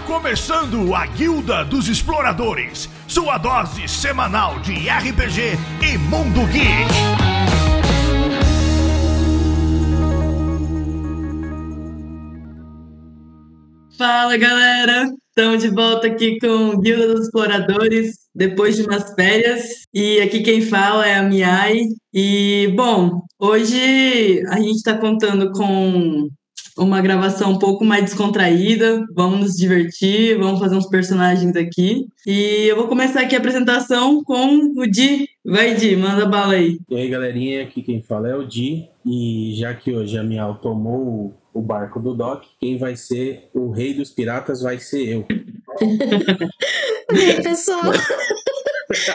começando a Guilda dos Exploradores, sua dose semanal de RPG e Mundo Geek. Fala galera, estamos de volta aqui com Guilda dos Exploradores, depois de umas férias. E aqui quem fala é a Miai. E bom, hoje a gente está contando com uma gravação um pouco mais descontraída. Vamos nos divertir, vamos fazer uns personagens aqui. E eu vou começar aqui a apresentação com o Di. Vai, Di, manda bala aí. E aí, galerinha, aqui quem fala é o Di. E já que hoje a Miau tomou o o barco do Doc, quem vai ser o rei dos piratas vai ser eu. E aí, pessoal?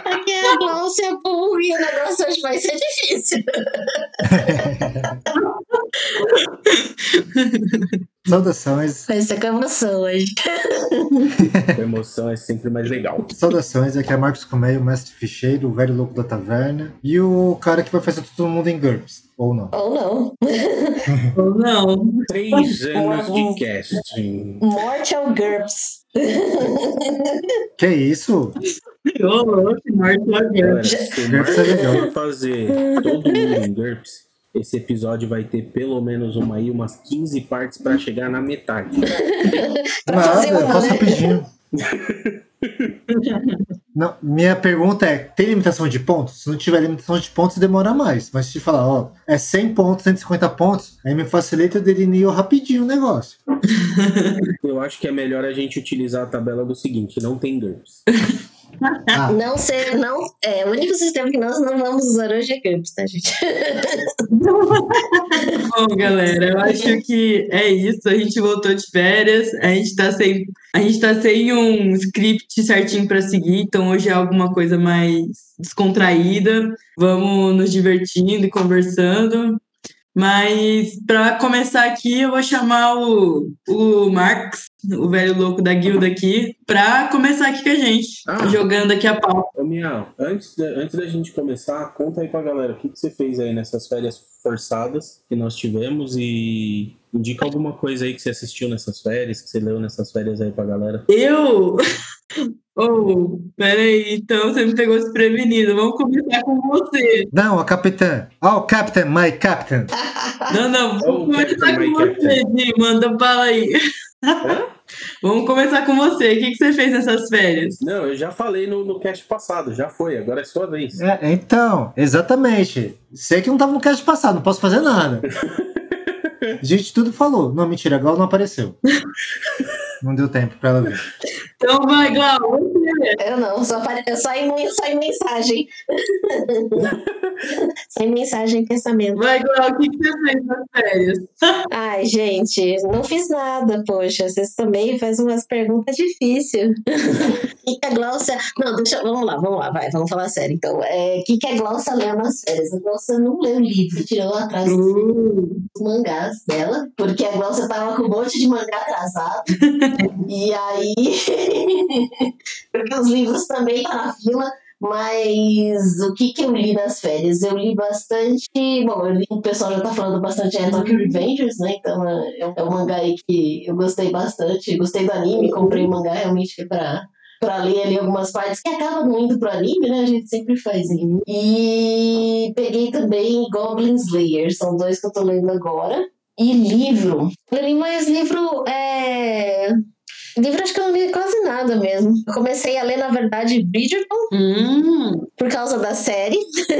Aqui é a Glaucia Burro e o negócio hoje vai ser difícil. Saudações, Vai ser com emoção hoje. A emoção é sempre mais legal. saudações, aqui é Marcos Comeio, mestre ficheiro, o velho louco da taverna, e o cara que vai fazer todo mundo em GURPS, ou não. Ou não. Ou não, Três anos de casting. Morte ao GURPS. Que isso? Ô, louco, Marcos, agora. Galera, se o GURPS é legal. Marcos for fazer todo mundo em GURPS, esse episódio vai ter pelo menos uma aí, umas 15 partes pra chegar na metade. Pra fazer eu uma, faço né? rapidinho. Não, minha pergunta é, tem limitação de pontos? Se não tiver limitação de pontos, demora mais. Mas se te falar, ó, é 100 pontos, 150 pontos, aí me facilita eu delineio rapidinho o negócio. Eu acho que é melhor a gente utilizar a tabela do seguinte: não tem GURPS. Ah, Não ser, não. É, o único sistema que nós não vamos usar hoje é GURPS, tá, gente? Bom, galera, eu acho que é isso. A gente voltou de férias, a gente tá sem, a gente tá sem um script certinho para seguir, então hoje é alguma coisa mais descontraída. Vamos nos divertindo e conversando. Mas para começar aqui, eu vou chamar o, o Marx, o velho louco da guilda aqui, para começar aqui com a gente, Ah. jogando aqui a pauta. Ô, Miau, antes da, antes da gente começar, conta aí pra galera o que, que você fez aí nessas férias forçadas que nós tivemos e indica alguma coisa aí que você assistiu nessas férias, que você leu nessas férias aí pra galera. Eu? Oh, peraí, então você me pegou desprevenido. Vamos começar com você. não, a capitã. Oh, capitã, my capitã. Não, não, Oh, vamos começar Captain, com my você, Di. Manda bala aí. Vamos começar com você. O que, que você fez nessas férias? Não, eu já falei no, no cast passado, já foi, agora é sua vez. É, então, exatamente. Sei que não tava no cast passado, não posso fazer nada. Gente, tudo falou. Não, mentira, a Gal não apareceu. Não deu tempo pra ela ver. Então vai, Glau. Eu não, só, pare- eu só, em, só em mensagem. só em mensagem e pensamento. Vai, Glau. O que, que você fez nas férias? Ai, gente, não fiz nada, poxa. Vocês também fazem umas perguntas difíceis. E que a Glaucia. Não, deixa eu. Vamos lá, vamos lá, vai, vamos falar sério. Então, é, o que, que a Glaucia leu nas férias? A Glaucia não leu livro, tirou atrás dos Uh, mangás dela, porque a Glaucia tava com um monte de mangá atrasado. e aí. porque os livros também tá na fila. Mas o que, que eu li nas férias? Eu li bastante. Bom, eu li, o pessoal já tá falando bastante de Tokyo Revengers, né? Então é é um, é um mangá aí que eu gostei bastante. Gostei do anime, comprei o mangá realmente que é pra, pra ler ali algumas partes que acabam não indo pro anime, né? A gente sempre faz isso. E peguei também Goblin Slayer, são dois que eu tô lendo agora. E livro. Eu li mais livro. É... Livro acho que eu não li quase nada mesmo. Eu comecei a ler, na verdade, Bridgerton hum, por causa da série.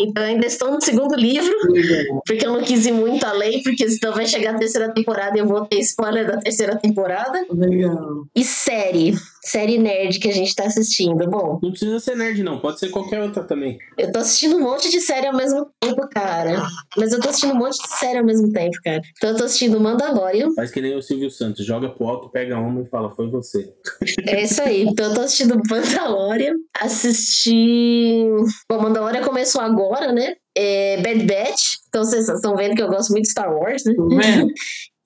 então eu ainda estou no segundo livro, legal. porque eu não quis ir muito além, porque senão vai chegar a terceira temporada e eu vou ter spoiler da terceira temporada. legal. E série, série nerd que a gente tá assistindo. Bom, Não precisa ser nerd, não, pode ser qualquer outra também. eu tô assistindo um monte de série ao mesmo tempo, cara. Mas eu tô assistindo um monte de série ao mesmo tempo, cara. Então eu tô assistindo Mandalorian, Faz que nem o Silvio Santos, joga pro alto, pega uma e fala, foi você. É isso aí. Então eu tô assistindo Mandalorian. Assisti. Bom, Mandalorian começou agora, né? é, Bad Batch. Então vocês estão vendo que eu gosto muito de Star Wars, né? Né?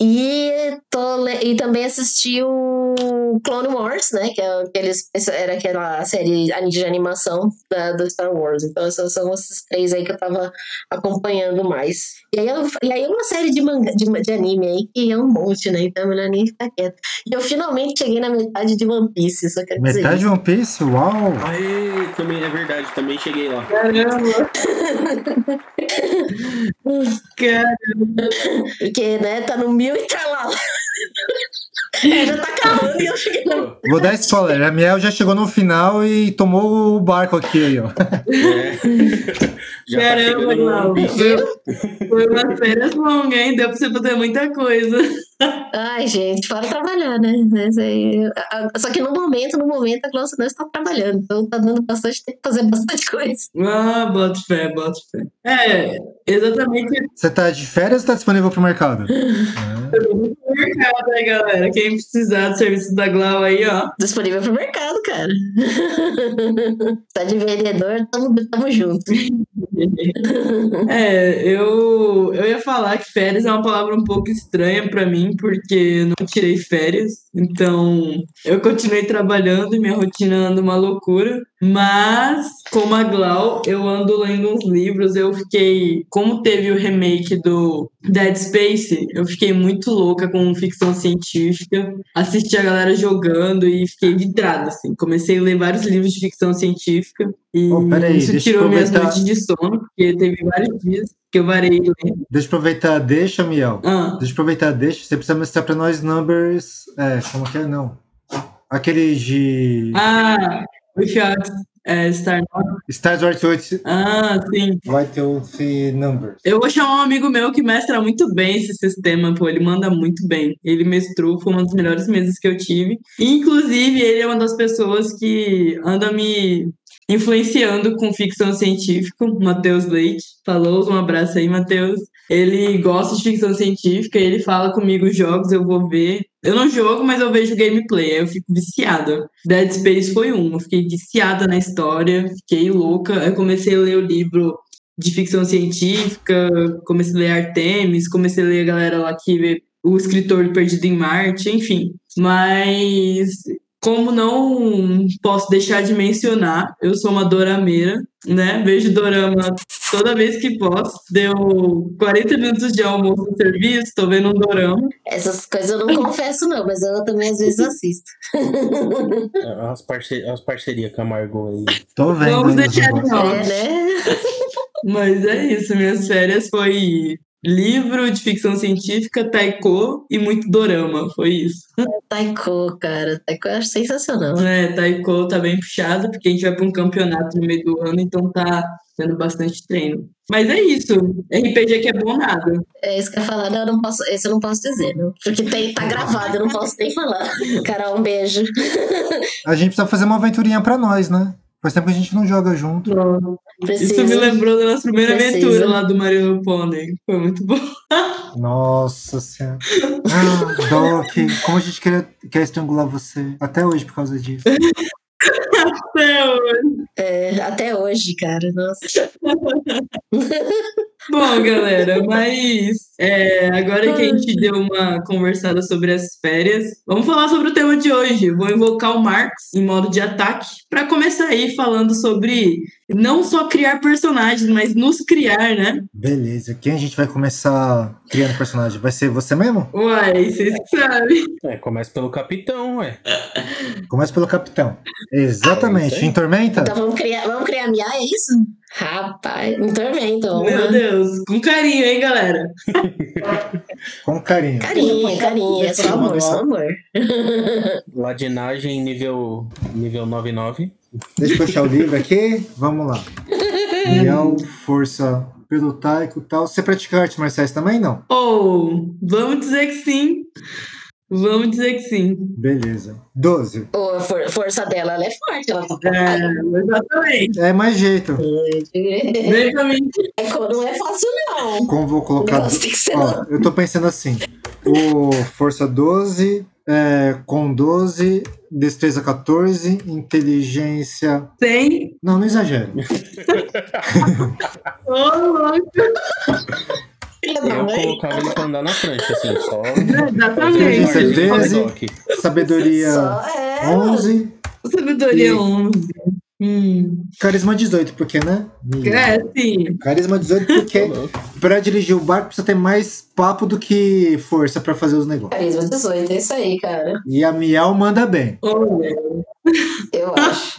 E, tô le- e também assisti o Clone Wars, né? Que é aqueles, essa era aquela série de animação da- do Star Wars. Então, essas são esses três aí que eu tava acompanhando mais. E aí, eu- e aí é uma série de, manga, de, de anime aí, que é um monte, né? Então, é melhor nem ficar quieto. E eu finalmente cheguei na metade de One Piece, só quero dizer Metade de One Piece? Uau! Aê, também é verdade, também cheguei lá. Caramba! Cara, isso. Porque, né, tá no mil e tá lá. Já tá acabando e eu cheguei na Vou dar spoiler. A Miel já chegou no final e tomou o barco aqui, aí, ó. É. Já tá caramba, chegando no Glau. One Piece. Foi- Foi umas férias longas, hein? Deu pra você fazer muita coisa. Ai, gente, para trabalhar, né? Mas aí- a- a- Só que no momento, no momento, a Glaucia não está trabalhando. Então tá dando bastante tempo pra fazer bastante coisa. Ah, bota fé, bota fé. É, exatamente Você tá de férias ou tá disponível pro mercado? Ah, o mercado, né, galera? Quem precisar do serviço da Glau aí, ó. Disponível pro mercado, cara. tá de vendedor, tamo, tamo junto. É, eu, eu ia falar que férias é uma palavra um pouco estranha pra mim, porque eu não tirei férias, então eu continuei trabalhando e minha rotina anda uma loucura, mas como a Glau, eu ando lendo uns livros, eu fiquei, como teve o remake do Dead Space, eu fiquei muito louca com ficção científica, assisti a galera jogando e fiquei vidrada, assim, comecei a ler vários livros de ficção científica, e Oh, peraí, isso deixa eu tirou minhas aproveitar. noites de sono, porque teve vários dias que eu varei. lendo. Deixa eu aproveitar, deixa, Miel. Ah, Deixa eu aproveitar, deixa. Você precisa mostrar pra nós numbers. É, como que é? Não. Aquele de ah without é, Star. Star Wars 8 Ah, sim. White Numbers. Eu vou chamar um amigo meu que mestra muito bem esse sistema, pô, ele manda muito bem. Ele mestrou, foi uma das melhores mesas que eu tive. Inclusive, ele é uma das pessoas que anda me influenciando com ficção científica, Matheus Leite. Falou, um abraço aí, Matheus. Ele gosta de ficção científica, ele fala comigo os jogos, eu vou ver. Eu não jogo, mas eu vejo gameplay, aí eu fico viciada. Dead Space foi um, eu fiquei viciada na história, fiquei louca. Aí Eu comecei a ler o livro de ficção científica, comecei a ler Artemis, comecei a ler a galera lá que vê o escritor Perdido em Marte, enfim. Mas como não posso deixar de mencionar, eu sou uma dorameira, né? Vejo dorama toda vez que posso. Deu 40 minutos de almoço no serviço, tô vendo um dorama. Essas coisas eu não confesso, não, mas eu também às vezes assisto. As, parce... As parcerias com a Margot aí. Tô vendo. Vamos hein, meus deixar amores. de lado. É, né? Mas é isso, minhas férias foi livro de ficção científica, taiko e muito dorama, foi isso. Taiko, cara. Taiko eu acho sensacional. É, Taiko tá bem puxado, porque a gente vai pra um campeonato no meio do ano, então tá tendo bastante treino. Mas é isso. RPG que é bom nada. É isso que eu ia falar. Não, eu não posso, esse eu não posso dizer, não. Porque tem, tá gravado, eu não posso nem falar. Carol, um beijo. A gente precisa fazer uma aventurinha pra nós, né? Faz tempo que a gente não joga junto. Preciso. Isso me lembrou da nossa primeira Precisa. aventura lá do Mario Pony. Foi muito bom. Nossa senhora. Ah, Doc, como a gente quer, quer estrangular você até hoje por causa disso. Meu. É, até hoje, cara. Nossa. Bom, galera, mas é, agora que a gente deu uma conversada sobre as férias, vamos falar sobre o tema de hoje. Vou invocar o Marx em modo de ataque pra começar aí falando sobre não só criar personagens, mas nos criar, né? Beleza, quem a gente vai começar criando personagem? Vai ser você mesmo? Uai, vocês que sabem. É, começa pelo capitão, ué. Começa pelo capitão. Exatamente. É isso aí. em Tormenta? Então vamos criar, vamos criar Mia, é isso? Rapaz, um me tormenta. Vamos Meu lá. Deus, com carinho, hein, galera? Com carinho. Carinha, carinha. É só amor, só amor. Ladinagem nível, nível 99. Deixa eu puxar o livro aqui. Vamos lá. Leão, força pelotaico e tal. Você pratica artes marciais também? Não. Ou, vamos dizer que sim. Vamos dizer que sim. Beleza. 12. Pô, a for- força dela, ela é forte. Ela tá É, exatamente. É mais jeito. grande. Exatamente. Não é fácil, não. Como vou O colocar. negócio tem que ser. Ó, eu tô pensando assim. O força 12, é, com 12, destreza 14, inteligência. Tem. Não, não exagero. Ô, louco. Eu colocava ele pra andar na prancha, assim, só. Exatamente. Sim, sim. Só- Sabedoria Só é. 11, Sabedoria Sim. 11. Hum. carisma 18, porque, né? É, sim. Carisma 18, Tá porque pra dirigir o barco precisa ter mais papo do que força pra fazer os negócios. Carisma 18, é isso aí, cara. E a Miau manda bem. Olha, Eu acho.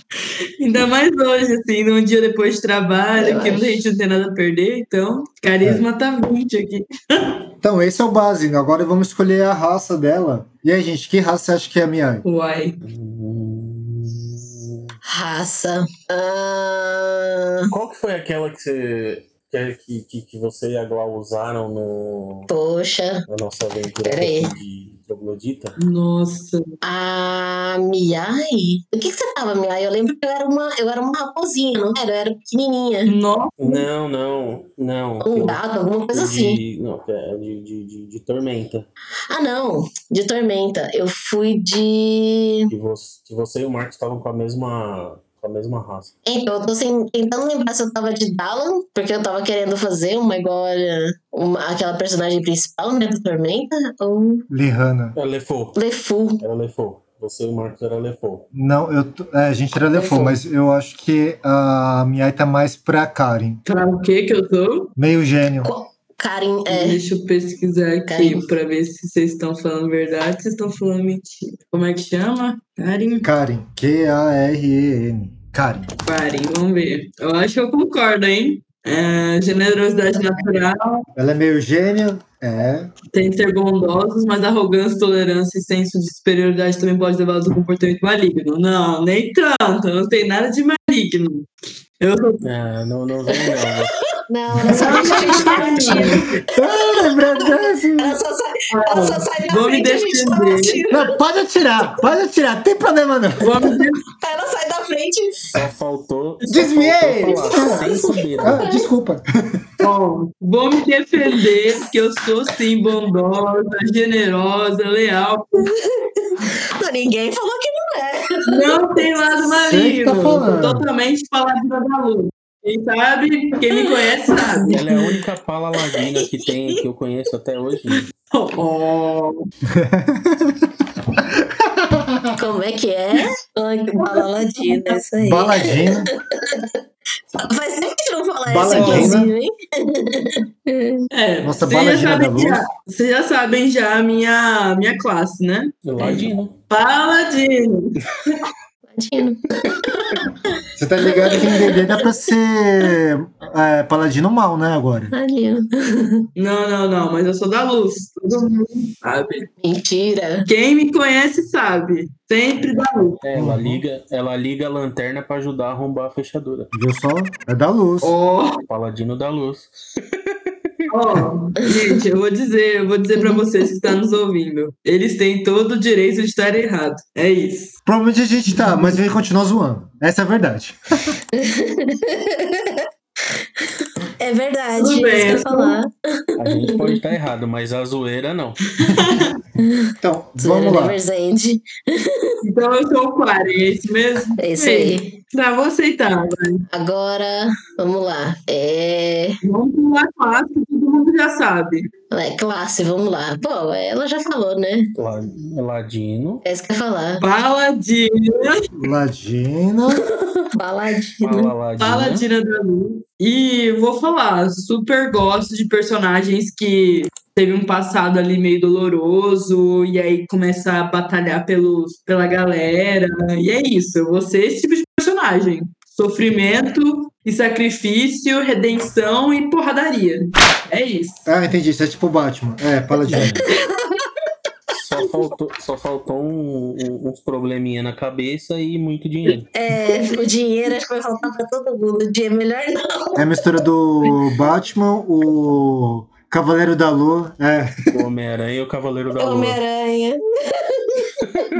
ainda mais hoje, assim, num dia depois de trabalho, Eu que a acho. gente não tem nada a perder, então, carisma tá 20 aqui. Então, esse é o básico. Agora vamos escolher a raça dela. E aí, gente, que raça você acha que é a Miai? Uai. Raça. Ah, Qual que foi aquela que você. Que, que- que, que você e a Glau usaram no, poxa. na nossa aventura Pera aí. de troglodita? Nossa. A Miai? O que, que você tava, Miai? Eu lembro que eu era uma, eu era uma raposinha, não era? Eu era pequenininha. Nossa. Não, não, não. Um dado, alguma coisa assim. De, não, é, de, de, de, de tormenta. Ah, não. De Tormenta. Eu fui de. Que você, que você e o Marcos estavam com a mesma. Com a mesma raça. Então, eu tô sem- tentando lembrar se eu tava de Dalan, porque eu tava querendo fazer uma agora. Uma, aquela personagem principal, né? Do Tormenta. Ou Lihana. É Lefou. Lefu. Era Lefou. Você e o Marcos era Lefou. Não, eu tô- é, a gente era Lefou. Lefou, mas eu acho que a Miai tá mais pra Karen. Pra o que que eu tô? Meio gênio. Karen. É. Deixa eu pesquisar aqui Carisma. pra ver se vocês estão falando verdade, se vocês estão falando mentira. Como é que chama? Karim Karen. K-A-R-E-N. Karen. Parem, vamos ver. Eu acho que eu concordo, hein? É, generosidade natural, Ela é meio gênio? É. tem que ser bondosos, mas arrogância, tolerância e senso de superioridade também pode levar ao comportamento maligno. Não, nem tanto, eu não tem nada de maligno. Eu sou Ah, não, não vem não. Não, ela só deixa a gente tá mentindo. Ah, lembra desse? Ela só sai, ela só sai da Vou me frente a gente tá defender. mentindo. Não, pode atirar, pode atirar, não tem problema não. vamos ver Ela sai da frente. Só faltou. só Desviei! faltou falar, Sem saber. né? Ah, desculpa. Bom, vou me defender, porque eu sou sim bondosa, generosa, leal. Não, ninguém falou que Não tem lado Sei que tá maligno. falando. totalmente palavra da luz. Quem sabe, quem me conhece sabe. Ela é a única pala ladina que tem, que eu conheço até hoje. né? Oh, Como é que é? Ai, que balaladina, é isso aí. Baladina. Faz tempo que tu não fala isso, Baladina. inclusive, hein? é, Nossa, vocês já baladina da sabem luz. já, vocês já sabem já a minha, minha classe, né? É Ladino. Paladino. Ladino. Você tá ligado que em DD dá pra ser é, paladino mal, né, agora? Ladino. Não, não, não, mas eu sou da luz. Todo mundo sabe. Mentira. Quem me conhece sabe. Sempre da luz. É, Ela Uhum. liga, ela liga a lanterna pra ajudar a arrombar a fechadura. Viu só? É da luz. Oh. Paladino da luz. Ó, Oh, gente, eu vou dizer, eu vou dizer pra vocês que estão nos ouvindo. Eles têm todo o direito de estar errado. É isso. Provavelmente a gente tá, mas vai continuar zoando. Essa é a verdade. É verdade, Tudo isso que bem, eu ia eu sou- falar. A gente pode estar errado, mas a zoeira não. Então, Zoeira vamos lá. Never's End. Então eu sou o Quaren, é isso mesmo? É isso Ei. aí. Tá, vou aceitar. vai. Agora, vamos lá. É... Vamos pular classe, todo mundo já sabe. é classe, vamos lá. Bom, ela já falou, né? La- Ladino. É isso que eu ia falar. Uhum. Paladina, Ladina. Baladina. Fala ladina. Paladina da Luz. E vou falar, super gosto de personagens que teve um passado ali meio doloroso e aí começa a batalhar pelos, pela galera. E é isso, eu vou ser esse tipo de personagem. Sofrimento e sacrifício, redenção e porradaria. É isso. Ah, entendi. Isso é tipo Batman. É, paladino. Só faltou, só faltou um- um- uns probleminha na cabeça e muito dinheiro. É, o dinheiro acho que vai faltar pra todo mundo. O dinheiro é melhor não. É a mistura do Batman, o Cavaleiro da Lua. É. Tá O Homem-Aranha e o Cavaleiro da Lua. Homem-Aranha.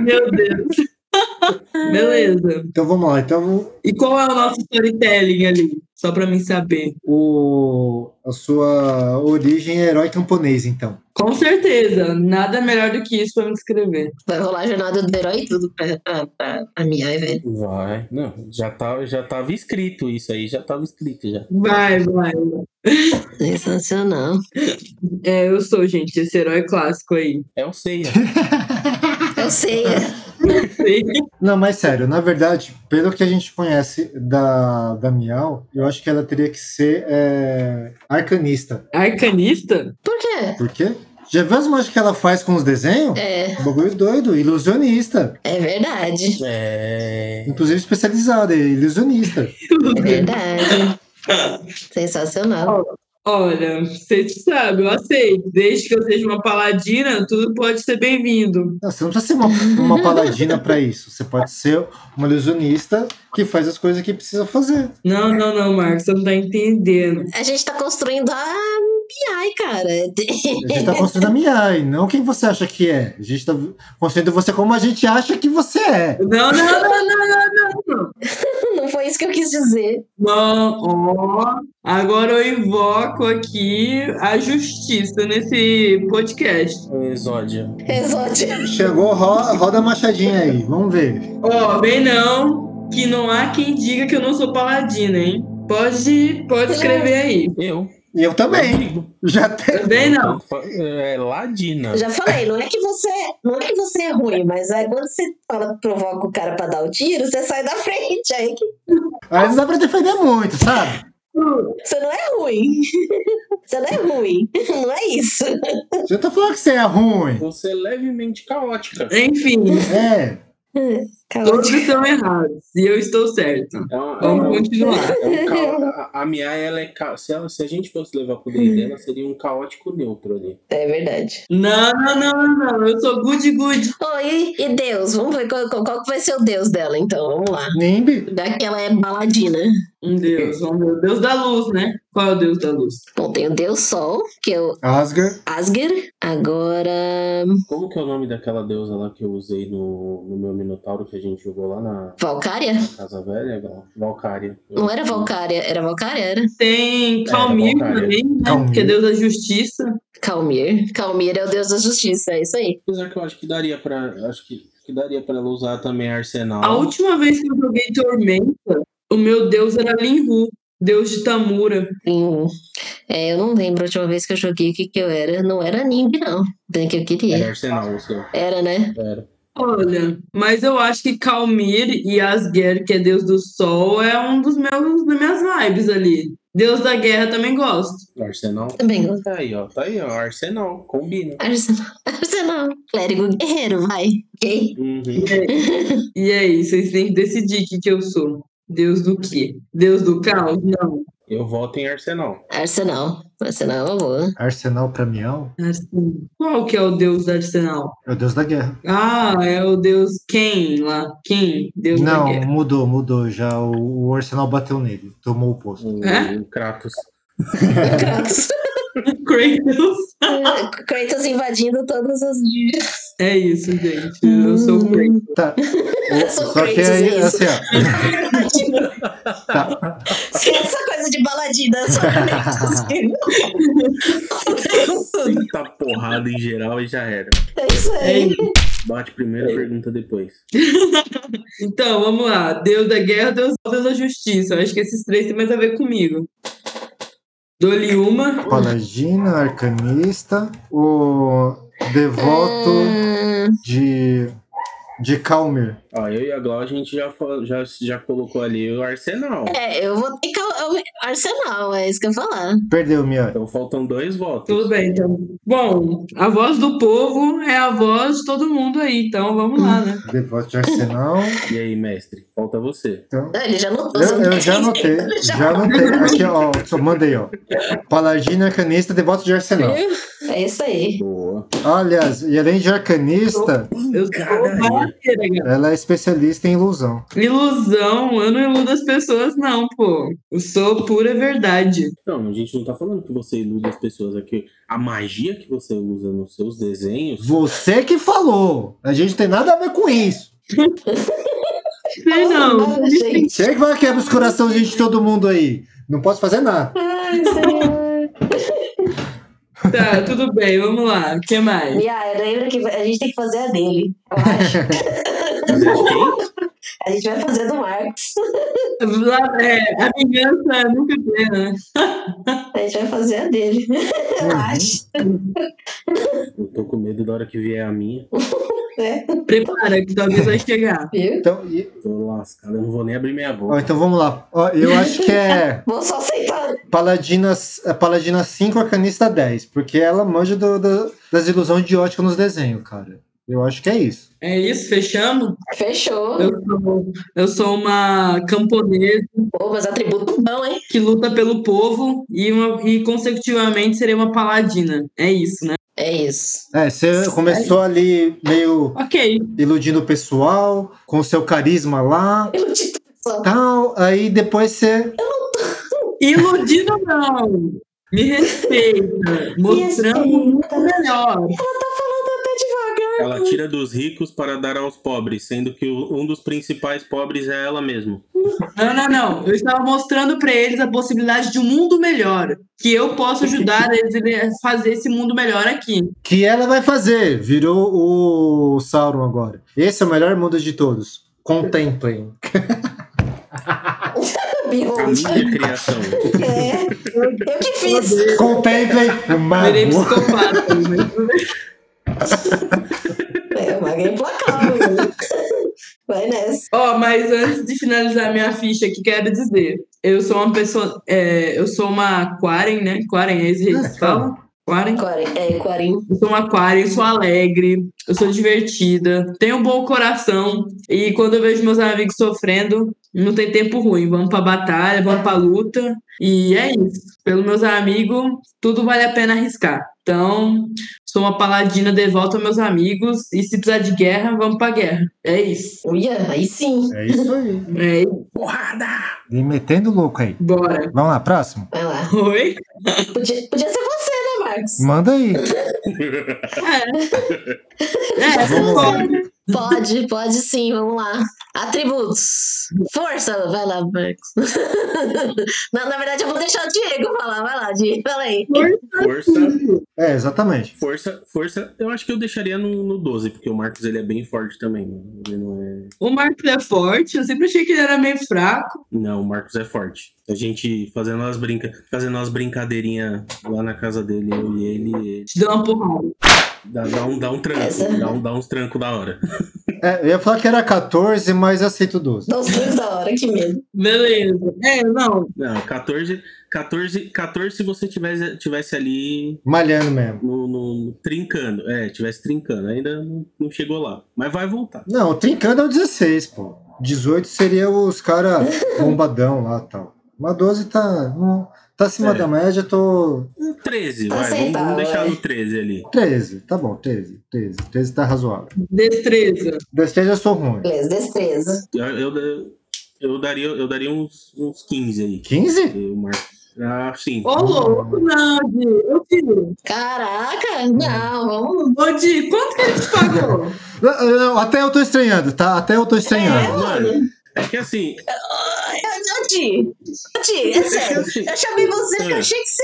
Meu Deus. Beleza. Então vamos lá. Então E qual é o nosso storytelling ali? Só pra mim saber. o, a sua origem é herói camponês, então. Com certeza. Nada melhor do que isso pra me descrever. Vai rolar a jornada do herói e tudo pra, pra, pra, pra Miai, velho. Vai. Não, já tava, já tava escrito isso aí, já tava escrito já. Vai, vai. Sensacional. É, eu sou, gente, esse herói clássico aí. É o Seiya. Eu sei. é. Não, mas sério, na verdade, pelo que a gente conhece da, da Miau, eu acho que ela teria que ser é, arcanista. Arcanista? Por quê? Por quê? Já viu as mágicas que ela faz com os desenhos? um É, Bagulho doido, ilusionista. é verdade. É. Inclusive especializada, ilusionista. É verdade. Sensacional. Olha, você sabe, eu aceito. Desde que eu seja uma paladina, tudo pode ser bem-vindo. Não, você não precisa ser uma, uma paladina pra isso. Você pode ser uma ilusionista que faz as coisas que precisa fazer. Não, não, não, Marcos, você não tá entendendo. A gente tá construindo a BI, cara. A gente tá construindo a Miai, não quem você acha que é. A gente tá construindo você como a gente acha que você é. Não, não, não, não, não. Não foi isso que eu quis dizer. Não, ó. Agora eu invoco aqui a justiça nesse podcast. O Exódio. Exódio. Chegou, roda, roda a machadinha aí, vamos ver. Ó, bem não, que não há quem diga que eu não sou paladina, hein? Pode, pode escrever aí. Eu. E eu também. Já tem. Bem não. É Ladina. Já falei, não é que você, não é que você é ruim, mas aí quando você fala, provoca o cara pra dar o tiro, você sai da frente. Aí que Aí não dá pra defender muito, sabe? você não é ruim. Você não é ruim. Não é isso. Você tá falando que você é ruim. Você é levemente caótica. Enfim, É. todos Caótico. estão errados e eu estou certo. É uma- é uma- Vamos continuar. é um cao- a, a Mia, ela é. ca- Se, ela- se a gente fosse levar pro D&D, ela seria um caótico neutro ali. É verdade. Não, não, não, não, não. Eu sou good, good. Oh, e, e Deus? Vamos ver qual, qual- qual que vai ser o Deus dela, então. Vamos lá. Nimbi. Já que ela é baladina. Um Deus, um Deus. Deus da luz, né? Qual é o Deus da luz? Bom, tem o Deus Sol, que é o Asgar. Asger. Agora. Como que é o nome daquela deusa lá que eu usei no, no meu Minotauro que a gente jogou lá na Valcária? Casa Velha? Gal? Valkyria. Não era Valcária, era Valcária, era? Tem É, Calmir Valkyria. também, né? Calmir. Que é Deus da justiça. Calmir. Calmir é o deus da justiça, é isso aí. Apesar que eu acho que daria pra. Acho que, que daria pra ela usar também Arsenal. A última vez que eu joguei Tormenta, o meu Deus era Linhu, Deus de Tamura. Hum. É, eu não lembro a última vez que eu joguei o que, que eu era. Não era Nimb, não. Bem que eu Era queria. É, Arsenal, o seu. Era, né? Era. Olha, mas eu acho que Calmir e Asger, que é Deus do Sol, é um dos meus das minhas vibes ali. Deus da Guerra também gosto. Arsenal. Também gosto. Tá aí, ó. Tá aí, ó. Arsenal. Combina. Arsenal. Arsenal. Clérigo guerreiro, vai. Ok? Uhum. E aí, vocês têm que decidir o que, que eu sou. Deus do quê? Deus do caos? Não. Eu voto em Arsenal. Arsenal. Arsenal é uma boa. Arsenal pra Miau Assim, Qual que é o Deus do Arsenal? é o deus da guerra. Ah, é o Deus quem lá? Quem? Deus da Não, Guerra. mudou, mudou. Já o, o Arsenal bateu nele, tomou o posto. O, É? o Kratos. Kratos. Kratos. Kratos invadindo todas as. É isso, gente. Eu sou o Kratos. Tá. O- Sou Só que crente, aí, é isso. assim, ó. Tá. Esquece essa coisa de baladina. Só Kratos. Senta porrada em geral e já era. É isso É aí. isso. Bate primeiro, É. pergunta depois. Então, vamos lá. Deus da guerra, Deus, é Deus da justiça. Eu acho que esses três têm mais a ver comigo. Dou-lhe uma. Paladina, arcanista, o devoto Hum, de, de Calmer. Ó, eu e a Glau, a gente já, fa- já, já colocou ali o Arsenal. é, eu vou ter que. Arsenal, é isso que eu ia falar. Perdeu, Mia. Então faltam dois votos. Tudo bem, então. Bom, a voz do povo é a voz de todo mundo aí. Então, vamos lá, né? Devoto de Arsenal. E aí, mestre? Falta você. Então, Não, Ele já assim, né? não eu, eu já anotei. Já anotei. Aqui, ó. Só mandei, ó. Paladina, arcanista, devoto de Arsenal. É isso aí. Boa. Aliás, e além de arcanista, Eu sou bateira, cara. ela é especialista em ilusão. Ilusão. Eu não iludo as pessoas, não, pô. Eu sou pura verdade. Não, a gente não tá falando que você ilude as pessoas aqui. A magia que você usa nos seus desenhos Você que falou. A gente não tem nada a ver com isso. sei não. Ai, gente. Chega vai quebra os coraçãozinhos de todo mundo aí. Não posso fazer nada. Ai, senhor. Tá, tudo bem, vamos lá. O que mais? Mia, lembra ah, que a gente tem que fazer a dele. Eu acho. Fazer de é quem? A gente vai fazer do Marx. Lá- é, a vingança é nunca plena, né? A gente vai fazer a dele. Uhum. Eu acho. Eu tô com medo da hora que vier a minha. Né? Prepara, que talvez vai chegar. Viu? Então, e- Tô lascado, eu não vou nem abrir minha ó, boca. então vamos lá. Ó, eu acho que é Vou só aceitar. Paladina, é Paladina 5, Arcanista 10. Porque ela manja do- do- das ilusões de ótica nos desenhos, cara. Eu acho que é isso. É isso, fechamos? Fechou. Eu sou, eu sou uma camponesa Pô, mas atributo bom, hein? que luta pelo povo e, uma, e consecutivamente serei uma paladina. É isso, né? É isso. É, você começou ali meio Ok. iludindo o pessoal, com o seu carisma lá, Eu te só. tal. Aí depois você. Iludido não! Me respeita. Mostrando muito melhor. Ela tira dos ricos para dar aos pobres, sendo que o- um dos principais pobres é ela mesma. Não, não, não. Eu estava mostrando para eles a possibilidade de um mundo melhor. Que eu posso ajudar eles a fazer esse mundo melhor aqui. Que ela vai fazer? Virou o Sauron agora. Esse é o melhor mundo de todos. Contemplem. A Behold. minha criação. É. Eu que fiz. Contemplem o Virei mago. psicopata. mas tudo bem. É, mas é implacável. Vai nessa. Ó, mas antes de finalizar minha ficha aqui, quero dizer. Eu sou uma pessoa. é, eu sou uma Quaren, né? Quaren, é isso que eles É, falam? Quaren? Quarim, é, Quarim. Eu sou um aquário, eu sou alegre, eu sou divertida, tenho um bom coração. E quando eu vejo meus amigos sofrendo, não tem tempo ruim. Vamos pra batalha, vamos pra luta. E é isso. Pelos meus amigos, tudo vale a pena arriscar. Então, sou uma paladina devota aos meus amigos. E se precisar de guerra, vamos pra guerra. É isso. Uia, aí sim. É isso aí. É isso. Porrada! E metendo louco aí. Bora. Vamos lá, próximo? Vai lá. Oi? Podia, podia ser você, né, Marcos? Manda aí. É, Vamos lá. concordo. Pode, pode sim, vamos lá. Atributos. Força, vai lá, Marcos. Não, na verdade, eu vou deixar o Diego falar. Vai lá, Diego, fala aí. Força, É, exatamente. força, força. Eu acho que eu deixaria no, no 12, porque o Marcos ele é bem forte também, mano. Ele não é. O Marcos é forte, eu sempre achei que ele era meio fraco. Não, o Marcos é forte. A gente fazendo as, brinca... fazendo as brincadeirinhas lá na casa dele, eu e ele. Te deu uma porrada. Dá, dá um, dá um Essa- tranco, dá, um, dá uns trancos da hora. É, eu ia falar que era 14, mas aceito 12. Dá os truques da hora, que medo. Beleza. É, não, Não, 14, 14, 14 se você tivesse, tivesse ali Malhando mesmo. no, no- trincando. É, tivesse trincando. Ainda não, não chegou lá. Mas vai voltar. Não, o trincando é o 16, pô. 18 seria os cara bombadão lá e tal. Uma 12 tá, não- tá acima É. da média, tô. 13, vai. Vamos, Aceitável, vamos deixar é. no 13 ali. 13, tá bom, 13, 13. 13 tá razoável. destreza. 13 eu sou ruim. Beleza, destreza. Eu, eu, eu daria, eu daria uns, uns 15 aí. 15? O Marcos. Ah, sim. Ô, louco, Hum. Nandi. Ô, Di, Caraca, não, vamos. Ô, Di, quanto que ele te pagou? Não, não, até eu tô estranhando, tá? Até eu tô estranhando. Mano, é que assim, Ai, Ô, Di, ô, Di, é sério. Eu chamei você porque eu achei que você.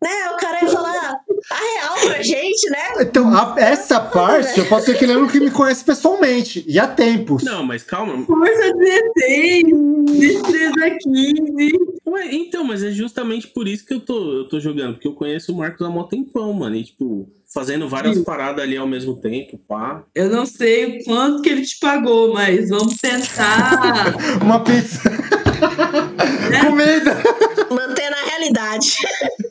Né, o cara ia falar a real pra gente, né? Então, a- essa parte, eu posso ser aquele aluno que me conhece pessoalmente. E há tempos. Não, mas calma. Força 16, destreza 15. Ué, então, mas é justamente por isso que eu tô, eu tô jogando, porque eu conheço o Marcos há mó tempão, mano. E, tipo, fazendo várias Sim. paradas ali ao mesmo tempo, pá. Eu não sei o quanto que ele te pagou, mas vamos tentar. Uma pizza. Comida! Manter na realidade.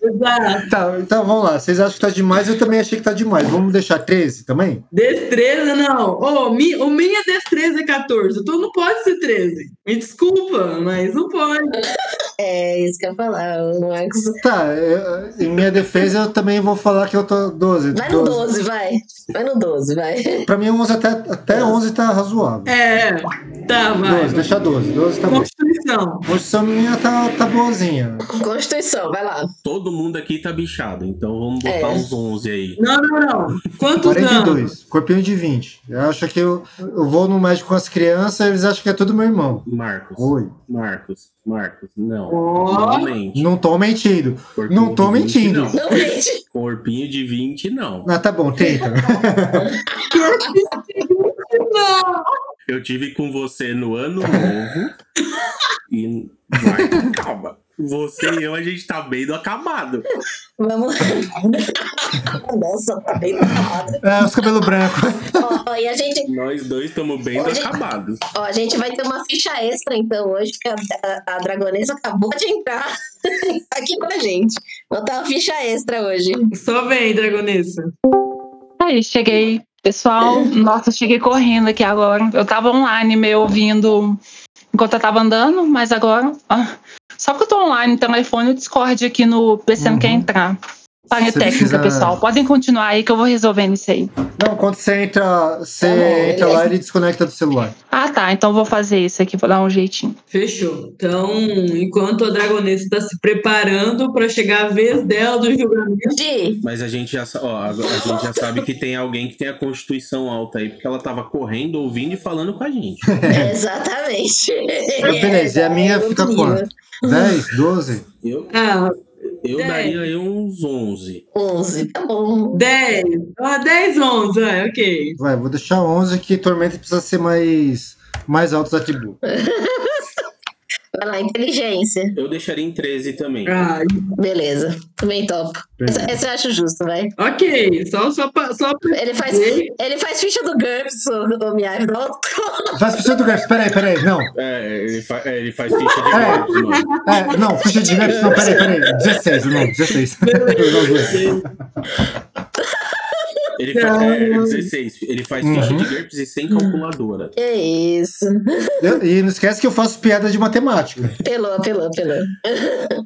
Exato. Tá, então vamos lá. Vocês acham que tá demais? Eu também achei que tá demais. Vamos deixar 13 também? Destreza, não. Ô, mi, ô, minha destreza é 14. Então não pode ser 13. Me desculpa, mas não pode. É isso que eu ia falar, o Marcos. Tá, eu- em minha defesa eu também vou falar que eu tô 12. Vai no 12. 12, vai. Vai no 12, vai. Pra mim 11 até, até 11 tá razoável. É. Tá, vai. 12, deixa 12, 12 tá bom. Constituição Constituição. Constituição minha tá, tá boazinha. Constituição, vai lá. Todo mundo aqui tá bichado, então vamos botar É. uns 11 aí. Não, não, não. Quantos anos? 42, corpinho de 20. Eu acho que eu, eu vou no médico com as crianças, eles acham que é tudo meu irmão. Marcos, Oi. Marcos, Marcos, não. Ó, Não mente. Não tô mentindo. Corpinho não tô de 20, mentindo. não. Não mente. Corpinho de 20, não. Ah, tá bom, 30. não. Eu tive com você no ano novo. e. Vai, calma. Você e eu, a gente tá bem do acabado. Vamos Nossa, tá bem parada. É, os cabelos brancos. Ó, e a gente, Nós dois estamos bem do acabado. ó, a gente vai ter uma ficha extra, então, hoje, que a, a, a dragonesa acabou de entrar aqui com a gente. Vou botar uma ficha extra hoje. Só vem, Dragonessa. Aí, É cheguei. Pessoal, nossa, eu cheguei correndo aqui agora. Eu tava online meio ouvindo enquanto eu tava andando, mas agora. ah, só porque eu tô online no telefone, o Discord aqui no PC não Uhum. quer entrar. Falha Você técnica, precisa- pessoal. Podem continuar aí que eu vou resolvendo isso aí. Não, quando você entra, você Tá bom, entra beleza. lá e ele desconecta do celular. Ah, tá. Então eu vou fazer isso aqui, vou dar um jeitinho. Fechou. Então, enquanto a Dragonessa está se preparando para chegar a vez dela do julgamento, Di, Mas a gente já, sa- ó, a, a gente já sabe que tem alguém que tem a constituição alta aí, porque ela tava correndo, ouvindo e falando com a gente. exatamente. Mas beleza, e a minha É outro fica nível. quanto? 10, 12? Eu, ah, eu É. daria aí uns 11. 11, tá bom. 10, ah, 10, 11, é, ok. Vai, vou deixar 11 que Tormenta precisa ser mais, mais altos atributos. Vai lá, inteligência. Eu deixaria em 13 também. Ah, Beleza, também top. Essa, essa eu acho justo, vai. ok, só, só, pra- só pra Ele faz, dizer. ele faz ficha do GURPS, o, o Miai. Não, Faz pro do Garfo, peraí, peraí, não. É, ele, fa- é, ele faz ficha de É. golpes, mano. É, não, ficha de Garfo, não, peraí, peraí. 16, não, 16. Ele faz, é, 16. Ele faz ficha de GURPS e sem calculadora. que isso. Eu- e não esquece que eu faço piada de matemática. Pelou, apelou, apelou.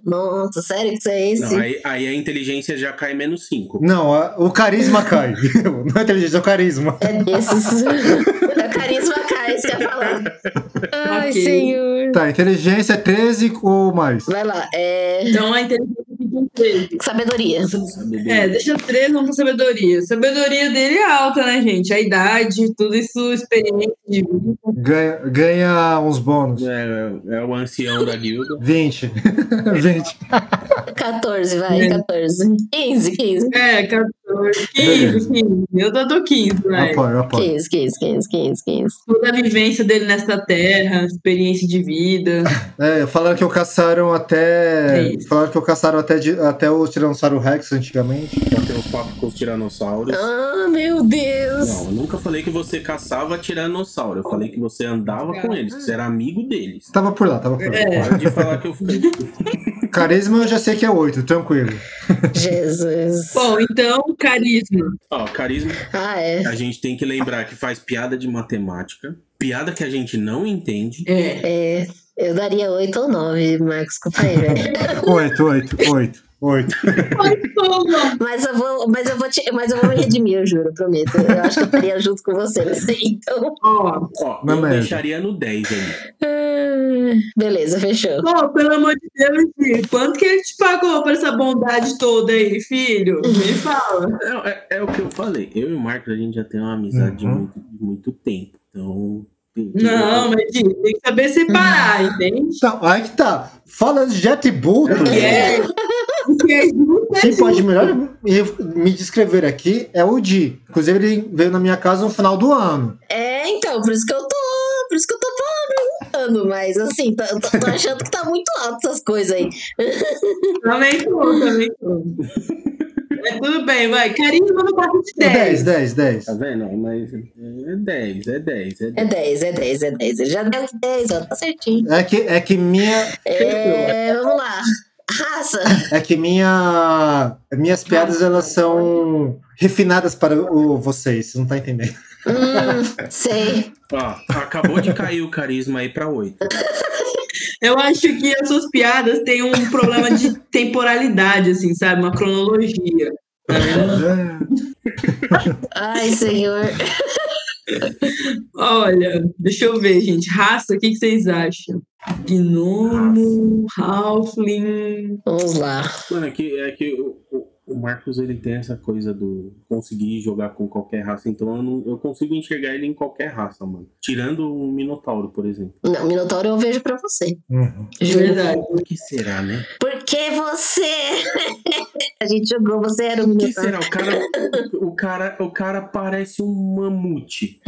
Nossa, sério que isso é esse? Não, aí, aí a inteligência já cai menos 5. Não, a- o carisma cai. Não é inteligência, é o carisma. É desses. é o carisma cai, isso que é eu ia falar. Ai, Ok. senhor. Tá, inteligência é 13 ou mais. Vai lá, é. Então, a inteligência pediu 13. Sabedoria. É, deixa três, vamos pra sabedoria. Sabedoria dele é alta, né, gente? A idade, tudo isso, experiência de vida. Ganha, ganha uns bônus. É, é o ancião da guilda. 20. 20. 14, Hum. vai, 14. 15, 15. É, 14, 15, 15. Eu tô do 15, né? Apoio, apoio. 15, 15, 15, 15, 15. Toda a vivência dele nesta terra, experiência de vida. É, falaram que eu caçaram até. É isso. Falaram que eu caçaram até, de- até o Tiranossauro Rex antigamente. Bateu os papos com os tiranossauros. Ah, meu Deus. Não, eu nunca falei que você caçava tiranossauro. Eu falei que você andava com eles, que você era amigo deles. Tava por lá, tava por lá. É. Para de falar que eu fiquei. Carisma eu já sei que é 8, tranquilo. Jesus. Bom, então, carisma. Ó, carisma. Ah, é. A gente tem que lembrar que faz piada de matemática, piada que a gente não entende. É. É. Eu daria 8 ou 9, Marcos, né? desculpa aí, velho. 8, 8, 8, 8. Mas eu vou, mas eu vou te, mas eu vou me redimir, eu juro, eu prometo. Eu acho que eu estaria junto com você, não sei, então. Ó, Ó, Não eu mesmo. deixaria no 10 ali. Ah, Beleza, fechou. pô, pelo amor de Deus, filho, quanto que ele te pagou por essa bondade toda aí, filho? Me fala. Não, é, é o que eu falei. Eu e o Marcos, a gente já tem uma amizade de, Uhum. muito, de muito tempo. Então. tem- tem- Não, mas Di, tem que saber separar, entende? Então, aí que tá. Falando de atributo, O que é, o que é justo é quem pode melhor me- me descrever aqui é o Di. Inclusive, ele veio na minha casa no final do ano. É, então, por isso que eu tô. Por isso que eu tô perguntando, mas assim, tá- eu tô, tô achando que tá muito alto essas coisas aí. Também tô, também tô. Mas tudo bem, vai. Carisma no quarto de 10, 10. 10, 10. Tá vendo? Não, Mas é 10, é 10, é 10. É 10, é 10, é 10. Ele já deu 10, ó, tá certinho. É que, é que minha. É, vamos lá. Raça. É que minha. Minhas piadas elas são refinadas para o, vocês. Você não tá entendendo. Hum, sei. Ó, acabou de cair o carisma aí pra 8. Eu acho que as suas piadas têm um problema de temporalidade, assim, sabe? Uma cronologia. É, Ai, senhor. Olha, deixa eu ver, gente. Raça, o que, que vocês acham? Gnomo, Halfling. Vamos lá. Mano, é que, é que o, o- o Marcos ele tem essa coisa do conseguir jogar com qualquer raça, então eu, não, eu consigo enxergar ele em qualquer raça, mano. Tirando o Minotauro, por exemplo. Não, Minotauro eu vejo pra você. Uhum. Juro. Verdade. Por que será, né? Porque você. a gente jogou, você era o Por que Minotauro. será? O cara, o cara, o cara parece um mamute.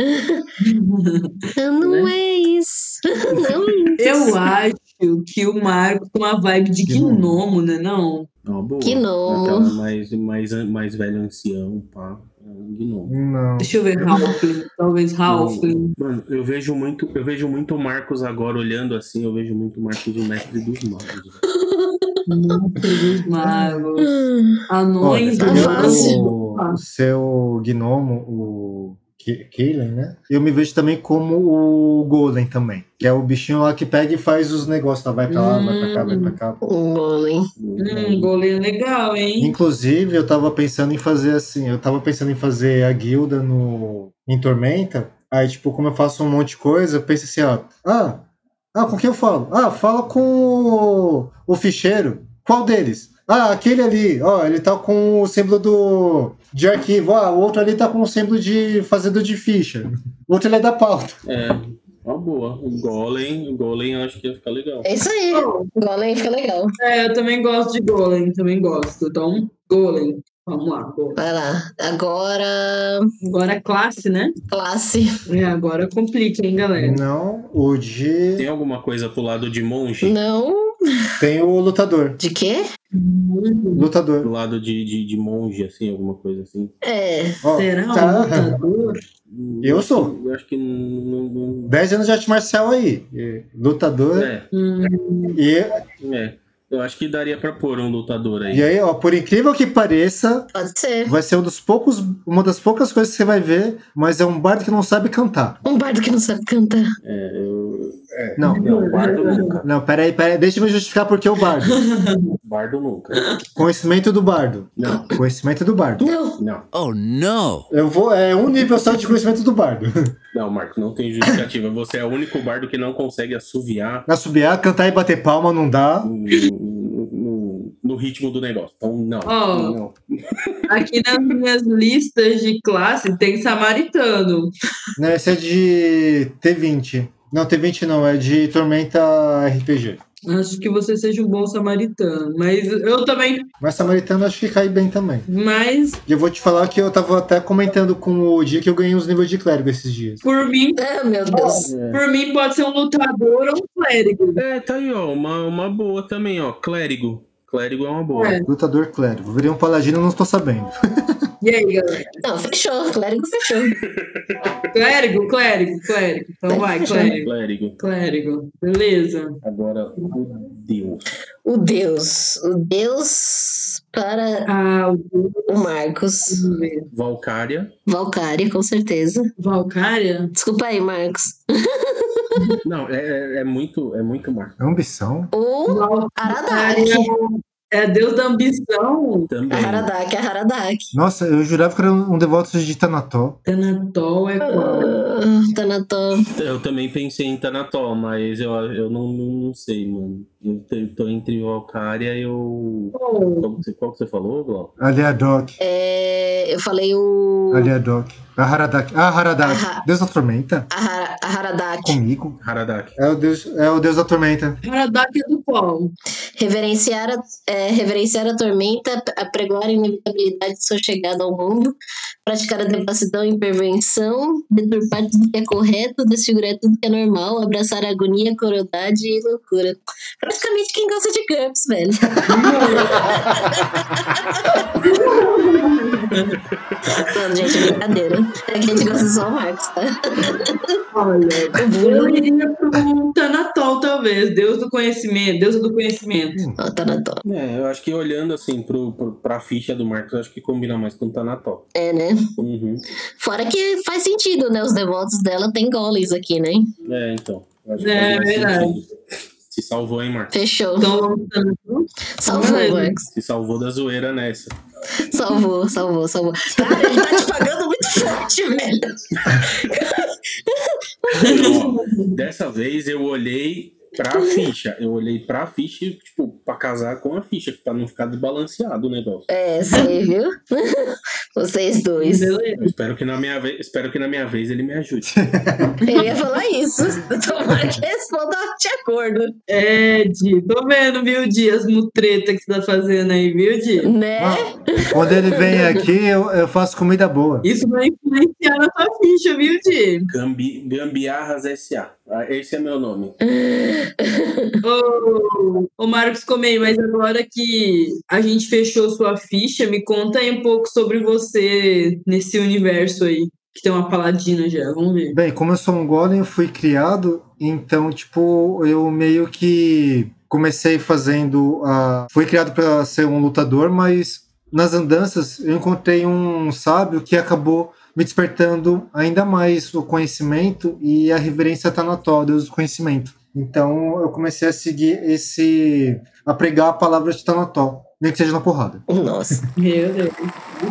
Não é isso. Não é isso. Eu acho que o Marco tem uma vibe de Gnomo. gnomo, né? Não. É Uma boa. Gnomo. Aquela mais, mais, mais velho ancião, pá. É um Gnomo. Não. Deixa eu ver, Halfling. Talvez Halfling. Mano, eu vejo muito, eu vejo muito o Marcos agora olhando assim, eu vejo muito o Marcos o mestre dos magos. Dos magos. Olha, Anões, Olha, magos. Avanço. eu, o seu gnomo, o Ke- Keilen, né? Eu me vejo também como o Golem também, que é o bichinho lá que pega e faz os negócios, tá? Vai pra lá, vai pra cá, vai pra cá. Um golem. Hum, goleiro legal, hein? Inclusive, eu tava pensando em fazer assim, eu tava pensando em fazer a guilda no em Tormenta. Aí, tipo, como eu faço um monte de coisa, eu penso assim, ó, ah, ah, com quem eu falo? Ah, fala com o, o ficheiro. Qual deles? Ah, aquele ali, ó, ele tá com o símbolo do de arquivo. Ah, o outro ali tá com o símbolo de fazedor de ficha. O outro ele é da pauta. É, uma boa. O Golem, o Golem eu acho que ia ficar legal. É isso aí. Golem fica legal. É, eu também gosto de golem, também gosto. Então, golem. Vamos lá, golem. Vai lá. Agora, Agora classe, né? classe. É, agora complica, hein, galera? Não, o de Tem alguma coisa pro lado de monge? Não. tem o lutador, De quê? Hum, lutador. Pro lado de, de, de monge, assim, alguma coisa assim? É. Ó, Será um tá. lutador? Eu acho sou. que- Eu acho que não. não- 10 anos de arte marcial aí. E não- Lutador É, Hum, e é. Eu acho que daria pra pôr um lutador aí. E aí, ó, por incrível que pareça, Pode ser. vai ser um dos poucos, uma das poucas coisas que você vai ver, mas é um bardo que não sabe cantar. Um bardo que não sabe cantar. É, eu. é. Não. Não, bardo nunca. Não, peraí, peraí, deixa eu me justificar porque é o bardo. Bardo nunca. Conhecimento do bardo. Não, Conhecimento do bardo. Não. não. Oh no! Eu vou, é um nível só de conhecimento do bardo. Não, Marcos, não tem justificativa. Você é o único bardo que não consegue assoviar Assobiar, cantar e bater palma não dá. no, no- no ritmo do negócio. Então, não. Ó. não. Aqui nas minhas listas de classe tem samaritano. Né, esse é de T20. Não, T20 não, é de Tormenta RPG. Acho que você seja um bom samaritano. Mas eu também. Mas Samaritano acho que cai bem também. Mas E eu vou te falar que eu tava até comentando com o dia que eu ganhei uns níveis de clérigo esses dias. por mim, Ah, meu Deus. por mim pode ser um lutador ou um clérigo. É, tá aí, ó. Uma, uma boa também, ó. Clérigo. Clérigo é uma boa. É. Lutador clérigo. Virei um paladino, não estou sabendo. E aí, galera? Não, fechou. Clérigo fechou. Clérigo, clérigo, clérigo. Então vai, clérigo. Clérigo. Clérigo. Beleza. Agora, o Deus. O Deus. O Deus para Ah, o Marcos. vamos ver. Valcária. Valcária, com certeza. Valcária? Desculpa aí, Marcos. Não, é, é, é muito, é muito Marcos. Ambição? Ou Aradak. É deus da ambição. A Também. Haradak, a Haradak. Nossa, eu jurava que era um devoto de Tanató. Tanatol é qual? Ah, Tanató. Eu também pensei em Tanatol, mas eu, eu não, não, não sei, mano. Eu te- tô entre Valcária e o. Qual? Qual que você, qual que você falou, Glau? Aliadok. É, eu falei o. Aliadok. é A Haradak. Ah, Haradak. Ahá. Deus da tormenta? A, Har a Haradak. Comigo? Haradak. É o deus, é o deus da tormenta. Haradak é do qual? Reverenciar a, é, reverenciar a tormenta, apregoar a inevitabilidade de sua chegada ao mundo, praticar a devassidão e impervenção, deturpar tudo que é correto, desfigurar tudo que é normal, abraçar a agonia, crueldade e loucura. Praticamente quem gosta de GURPS, velho. Não, gente, é brincadeira. É que a gente gosta só o Marcos, tá? Olha, O eu Bruno. iria pro Tanatol, talvez. Deus do conhecimento, deusa do conhecimento. Ó, tá na dó. É, eu acho que olhando assim pro, pro, pra ficha do Marcos, eu acho que combina mais tá com Tanatol. É, né? Uhum. Fora que faz sentido, né? Os devotos dela tem golems aqui, né? É, então. Eu acho que É, faz mais verdade. sentido. Se salvou, hein, Marcos? Fechou. Então vamos Tanatol. Salvou, Beleza. Marcos. Se salvou da zoeira nessa. Salvou, salvou, salvou. Cara, ele tá te pagando muito Forte, velho. Então, Ó, dessa vez eu olhei pra ficha. Eu olhei pra ficha, e, tipo, pra casar com a ficha, pra não ficar desbalanceado o negócio. É, sei, viu? Vocês dois. Beleza. Eu espero que na minha vez, espero que na minha vez ele me ajude. Eu ia falar isso. Tomara que responda de acordo. É, Di, tô vendo, viu, Di, as mutretas que você tá fazendo aí, viu, Di? Né? Ah, Quando ele vem aqui, eu, eu faço comida boa. Isso vai influenciar na sua ficha, viu, Di? Gambi, gambiarras S.A. Ah, Esse é meu Uhum. nome. Ô, ô Marcos Comei, mas agora que a gente fechou sua ficha, me conta aí um pouco sobre você nesse universo aí, que tem uma paladina já, vamos ver. Bem, como eu sou um golem, eu fui criado, então, tipo, eu meio que comecei fazendo a. Fui criado para ser um lutador, mas nas andanças eu encontrei um sábio que acabou me despertando ainda mais o conhecimento e a reverência tanatória do conhecimento. Então, eu comecei a seguir esse. a pregar a palavra de Tanató, nem que seja na porrada. Nossa. Meu Deus.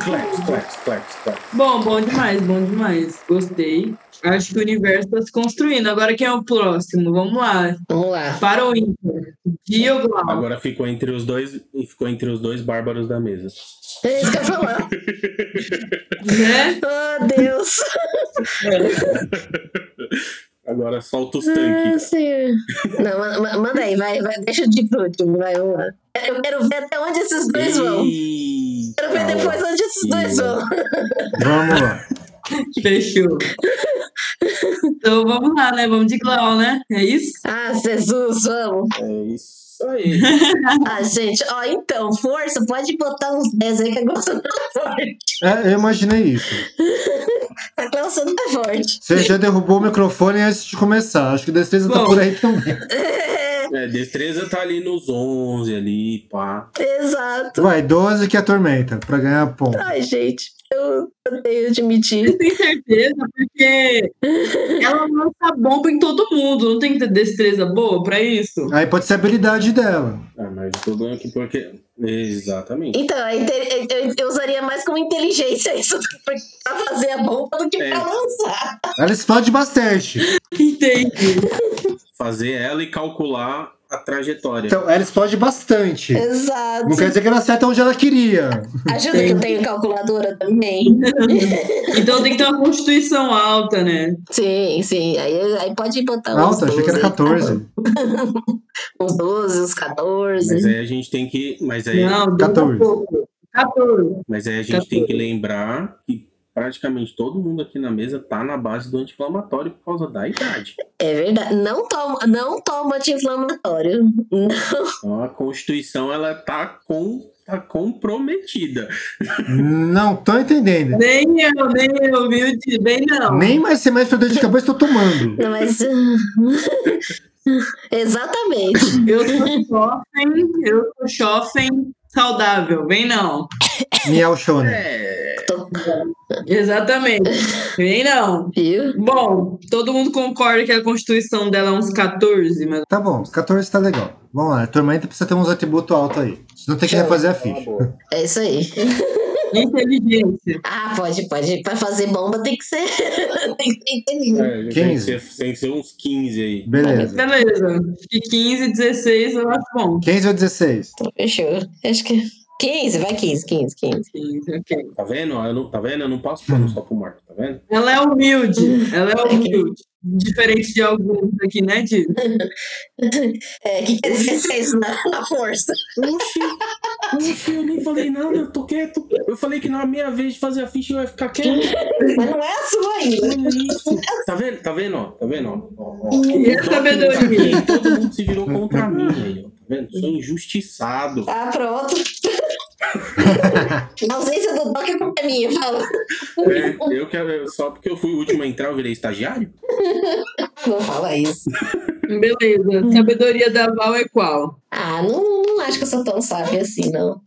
Claps, claps, claps, claps. Bom, bom demais, bom demais. Gostei. Acho que o universo tá se construindo. Agora quem é o próximo? Vamos lá. Vamos lá. Para o Inter. Dioglau. Agora ficou entre os dois, ficou entre os dois bárbaros da mesa. É isso que eu ia falar. Né? Oh, Deus. Agora solta os Ah, tanques. senhor. Não, ma- ma- manda aí, vai, vai, deixa de pro último, vai, vamos lá. Eu quero ver até onde esses dois vão. Eita, Quero ver depois onde esses dois Eita. vão. Vamos lá. Fechou. Então vamos lá, né? Vamos de Glau, né? É isso? Ah, Jesus, vamos. É isso aí. Ah, gente, ó, então, força, pode botar uns 10 aí que a Glaucia tá forte. É, eu imaginei isso. A Glaucia tá forte. Você já derrubou o microfone antes de começar. Acho que o destreza tá Bom. por aí também. É, destreza tá ali nos 11 ali, pá. Exato. Vai, 12 que atormenta, pra ganhar ponto. Ai, gente, eu odeio admitir. Você tem certeza? Porque ela lança bomba em todo mundo. Não tem que ter destreza boa pra isso? Aí pode ser a habilidade dela. Ah, mas o problema é que porque. Exatamente. Então, a inte- eu, eu usaria mais como inteligência isso pra fazer a bomba do que É. pra lançar. Ela explode bastante. Entendi. Fazer ela e calcular a trajetória. Então, ela explode bastante. Exato. Não quer dizer que ela acerta onde ela queria. Ajuda que eu tenho calculadora também. Então tem que ter uma constituição alta, né? Sim, sim. Aí, aí pode botar uns Alta, 12, achei que era tá 14. bom. uns 12, uns 14. Mas aí a gente tem que. Mas aí, Não, 14. 14. 14. mas aí a gente tem que lembrar que praticamente todo mundo aqui na mesa tá na base do anti-inflamatório por causa da idade. É verdade. Não toma, não toma anti-inflamatório. Então a Constituição ela tá com. tá comprometida. Não tô entendendo. Nem eu, nem eu, viu? Di? Bem não. Nem mais semestre pra dor de cabeça tô tomando. Não, Mas. Exatamente. Eu sou jovem, eu sou jovem saudável. Bem não. Miau Shona. É. Tô- Exatamente. Bem não. Viu? Bom, todo mundo concorda que a constituição dela é uns 14, mas Tá bom, 14 tá legal. Vamos lá, a tormenta precisa ter uns atributos altos aí. Senão tem que refazer a ficha. É isso aí. inteligência. Ah, pode, pode. Pra fazer bomba tem que ser. tem que ser inteligente. É, tem, que 15. ser, tem que ser uns 15 aí. Beleza. Beleza. De 15, 16, eu acho bom. 15 ou 16? Então, Fechou. Acho que. 15, vai 15, 15, 15. 15, ok. Tá vendo? Eu não, tá vendo? Eu não passo pano só pro Marco, tá vendo? Ela é humilde. Ela é humilde. Diferente de alguns aqui, né, Di? É, que quer dizer seis na, na força? Oxi, oxi, eu nem falei nada, eu tô quieto. Eu falei que na minha vez de fazer a ficha eu ia ficar quieto. Mas não é a sua ainda. Olha isso. Tá vendo? Tá vendo? ó? Tá vendo? ó? Ó, ó. E a sabedoria. Aqui, todo mundo se virou contra mim aí, ó. Tá vendo? Sou injustiçado. Ah, pronto. Na ausência do Doc é culpa minha, fala. É, eu quero, só porque eu fui o último a entrar, eu virei estagiário? Não fala isso. Beleza. Sabedoria da Val é qual? Ah, não, não acho que eu sou tão sábia assim, não.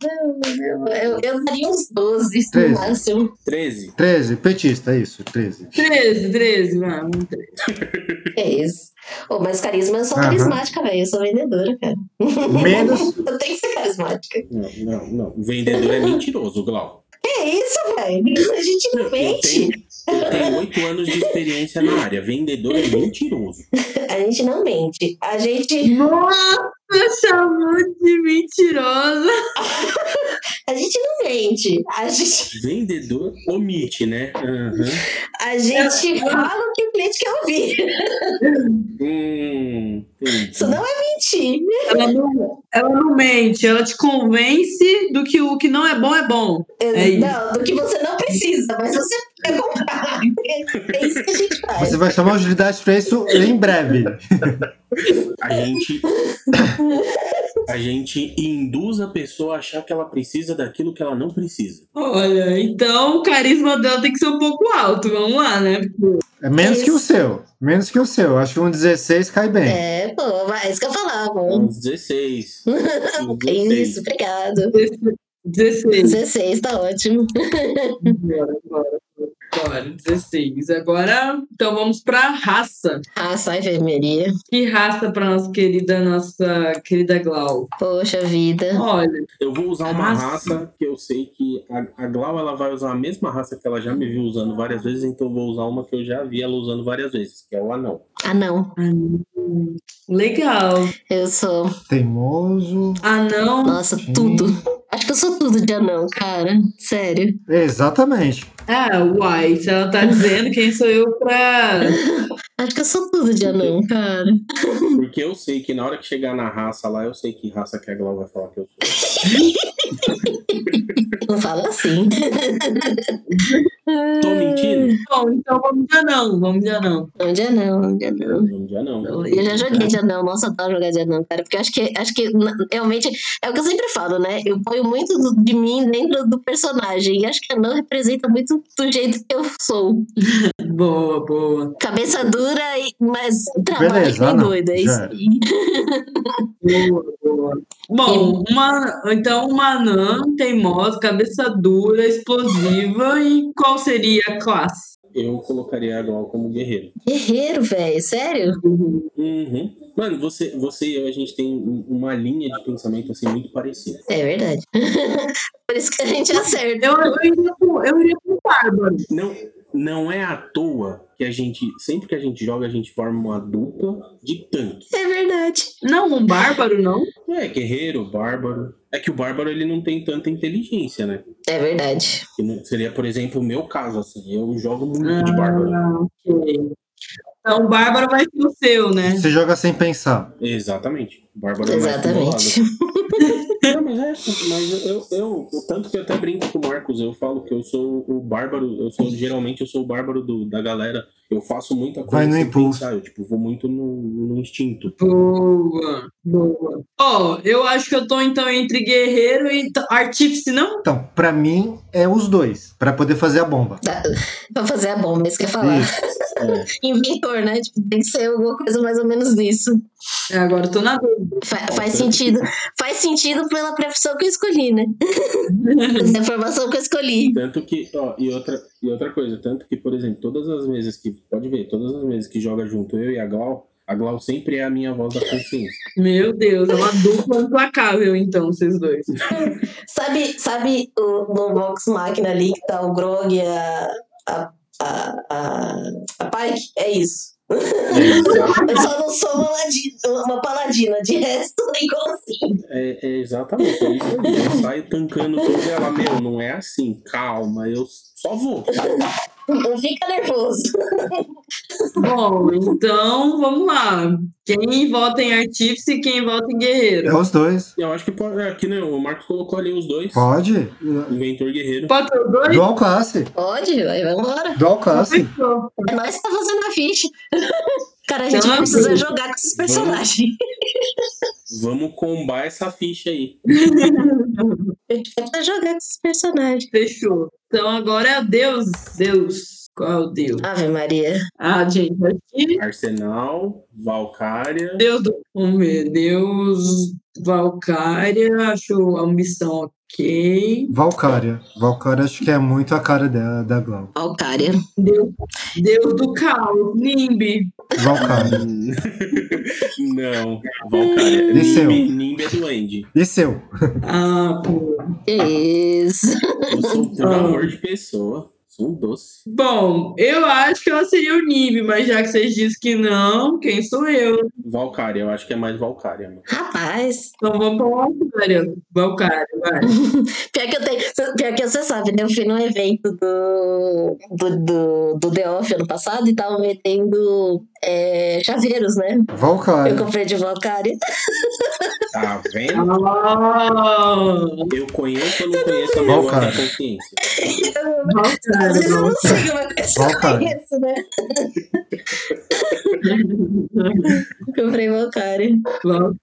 Eu, eu, eu daria uns 12 Treze. no máximo. 13. 13, petista, é isso, 13. 13, 13, vai. vamos ter. É isso. Oh, mas carisma, eu sou Aham. carismática, velho. Eu sou vendedora, cara. Menos Eu tenho que ser carismática. Não, não, não. Vendedor é mentiroso, Glau. É isso, velho? A gente não Eu mente. tenho, eu tenho oito anos de experiência na área. Vendedor é mentiroso. A gente não mente. A gente, Nossa, chamou de mentirosa. a gente não mente. A gente, Vendedor omite, né? Aham. a gente fala o que o cliente quer ouvir. Hum, entendi. Isso não é mentir. Ela não, ela não mente, ela te convence do que o que não é bom é bom. É isso. não, do que você não precisa, mas você quer comprar. É isso que a gente faz. Você vai chamar a utilidade pra isso em breve. A gente. A gente induz a pessoa a achar que ela precisa daquilo que ela não precisa. Olha, então o carisma dela tem que ser um pouco alto, vamos lá, né? É menos que o seu. Menos que o seu. Acho que um 16 cai bem. É, pô, vai, é isso que eu falava. Uns 16. Uns É 16. Isso, obrigado. 16. 16, tá ótimo. Bora, bora, bora, 16. Agora, então vamos para raça. Ah, Raça, a enfermeria. Que raça para nossa querida, nossa querida Glau? Poxa vida. Olha, Eu vou usar uma Raça. raça que eu sei que a, a Glau ela vai usar a mesma raça que ela já me viu usando várias vezes, então eu vou usar uma que eu já vi ela usando várias vezes, que é o anão. Ah, não. legal. Eu sou. Teimoso. Anão. Nossa, tudo. Acho que eu sou tudo de anão, cara. Sério. Exatamente. Ah, White. Ela tá dizendo quem sou eu pra. Acho que eu sou tudo de anão, cara. Porque eu sei que na hora que chegar na raça lá, eu sei que raça que a Glau vai falar que eu sou. Não fala assim. Tô mentindo? Bom, então vamos de anão. Vamos de anão. Não, de anão, não, de anão. Não, já não. Eu já joguei de anão, nossa, eu adoro jogar de anão, cara. Porque eu acho que, acho que na- realmente é o que eu sempre falo, né? Eu ponho muito do- de mim dentro do personagem. E acho que anão representa muito do jeito que eu sou. Boa, boa. Cabeça dura, e- mas trabalha que Beleza, nem não. doida. é isso Já. aí. Boa, boa. Bom, uma, então uma anã teimosa, cabeça dura, explosiva. E qual seria a classe? Eu colocaria a Glau como guerreiro. Guerreiro, velho, sério? Uhum. Mano, você, você e eu, a gente tem um- uma linha de pensamento assim muito parecida. É verdade. Por isso que a gente acerta. Eu, eu, iria, com, eu iria com o Bárbaro. Não, não é à toa que a gente, sempre que a gente joga, a gente forma uma dupla de tanque. É verdade. Não, um Bárbaro não. É, guerreiro, bárbaro. É que o bárbaro ele não tem tanta inteligência, né? É verdade. Que não- seria, por exemplo, o meu caso, assim. Eu jogo muito de bárbaro. Ok. Então o Bárbaro vai ser o seu, né? Você joga sem pensar. Exatamente. Bárbaro Exatamente. é mais pro meu lado. Não, mas é, mas eu, eu, eu- tanto que eu até brinco com o Marcos, eu falo que eu sou o bárbaro, eu sou, geralmente eu sou o bárbaro do- da galera. Eu faço muita coisa Vai no sem impulso. pensar, eu tipo, vou muito no, no instinto. Boa, boa. Ó, eu acho que eu tô então entre guerreiro e t- artífice, não? Então, pra mim, é os dois. Pra poder fazer a bomba. Tá. Pra fazer a bomba, é isso que eu ia falar. Isso. Inventor, né? Tipo, tem que ser alguma coisa mais ou menos nisso. É, agora eu tô na dúvida. Fa- faz sentido. Faz sentido pela profissão que eu escolhi, né? Pela formação que eu escolhi. Tanto que, ó, e outra, e outra coisa, tanto que, por exemplo, todas as vezes que, pode ver, todas as vezes que joga junto eu e a Glau, a Glau sempre é a minha voz da consciência. Meu Deus, é uma dupla implacável, então, vocês dois. Sabe, sabe o, no Vox Máquina ali que tá o Grog e a, a, a, a, a Pike? É isso. É Eu só não sou uma, ladi- uma paladina, de resto nem consigo. É, é exatamente é isso aí. Eu saio tancando tudo e ela, meu, não é assim, calma, eu só vou. Não fica nervoso. Bom, então vamos lá. Quem vota em artífice e quem vota em É guerreiro? os dois. Eu acho que pode, é, aqui, né, o Marcos colocou ali os dois, Pode. inventor e guerreiro. Pode ser os dois? Dual classe. Pode, vai, vambora. Dual classe. Fechou. É nós que tá fazendo a ficha. Cara, a gente Então, precisa assim, jogar com esses personagens. Vamos combar essa ficha aí. A gente precisa jogar com esses personagens. Fechou. Então agora é Deus. Deus. Qual é o Deus? Ave Maria. Ah, gente, aqui. Arsenal, Valkyria, Deus do. Vamos ver. Deus. Valcária. Acho a missão Ok. Valkyria. Valkyria acho que é muito a cara dela, da Glau. Valcária. Deus, Deus do caos, Nimbi. Valkyria. Não, Valkyria. Hum. Desceu. Nimbe, Nimbe é duende. E seu? Ah, pô. Isso. Eu sou por amor de pessoa. Sou um doce. Bom, eu acho que ela seria o Nimbi, mas já que vocês dizem que não, quem sou eu? Valkyria, eu acho que é mais Valkyria, mano. Rapaz. Então vamos pra Valcária. Valcária, vai. Pior que eu tenho. Pior que você sabe, né? Eu fui num evento do, do, do, do The Off ano passado e tava metendo é, chaveiros, né? Eu Valkyria. comprei de Valcária. Tá Ah, vendo? Oh, Eu conheço ou não conheço a minha voz Valkyria. da consciência? Às vezes eu Valcária. não sei como é que eu Valkyria. conheço, né? Comprei Valcária. Valcária.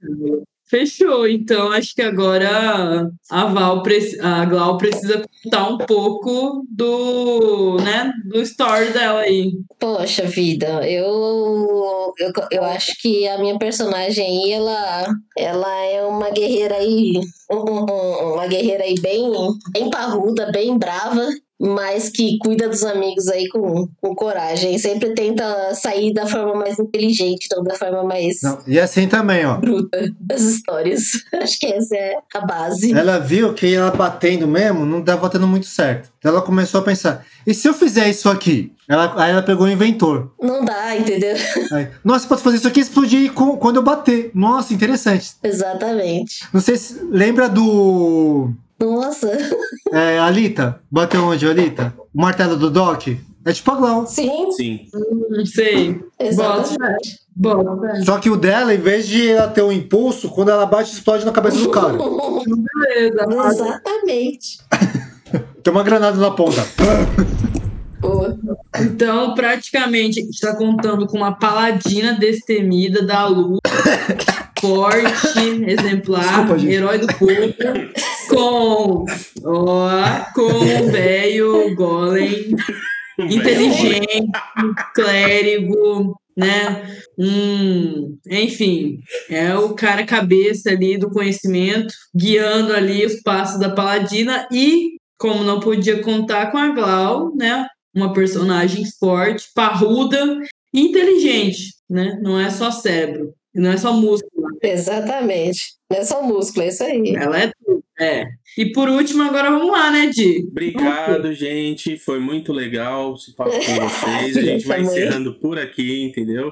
Fechou, então acho que agora a Val preci- a Glau precisa contar um pouco do, né, do story dela aí. Poxa vida, eu, eu, eu acho que a minha personagem aí, ela, ela é uma guerreira aí, um- um- uma guerreira aí bem, bem parruda, bem brava, mas que cuida dos amigos aí com, com coragem. Sempre tenta sair da forma mais inteligente, não da forma mais Não, E assim também, ó. bruta das histórias. Acho que essa é a base. Ela viu que ela batendo mesmo não tava dando muito certo. Então ela começou a pensar: e se eu fizer isso aqui? Ela, aí ela pegou o inventor. Não dá, entendeu? Aí, Nossa, posso fazer isso aqui e explodir com- quando eu bater. Nossa, interessante. Exatamente. Não sei se. Lembra do. Nossa, É, Alita? Bateu onde, Alita? O martelo do Doc? É tipo a Glau. sim, Sim. Não sei. exatamente. Bom, Só que o dela, em vez de ela ter um impulso, quando ela bate, explode na cabeça do cara. beleza. Exatamente. Tem uma granada na ponta. Boa. Então, praticamente, a gente está contando com uma paladina destemida da luz, forte, exemplar, Desculpa, gente. herói do povo, com, ó, com o velho golem, inteligente, clérigo, né? Hum, enfim, é o cara cabeça ali do conhecimento, guiando ali os passos da paladina e, como não podia contar com a Glau, né? Uma personagem forte, parruda e inteligente, né? Não é só cérebro, não é só músculo, Exatamente. Não é só músculo, é isso aí. ela é tudo. É. E por último, agora vamos lá, né, Di? Obrigado, gente. Foi muito legal esse papo com vocês. A gente vai Também. encerrando por aqui, entendeu?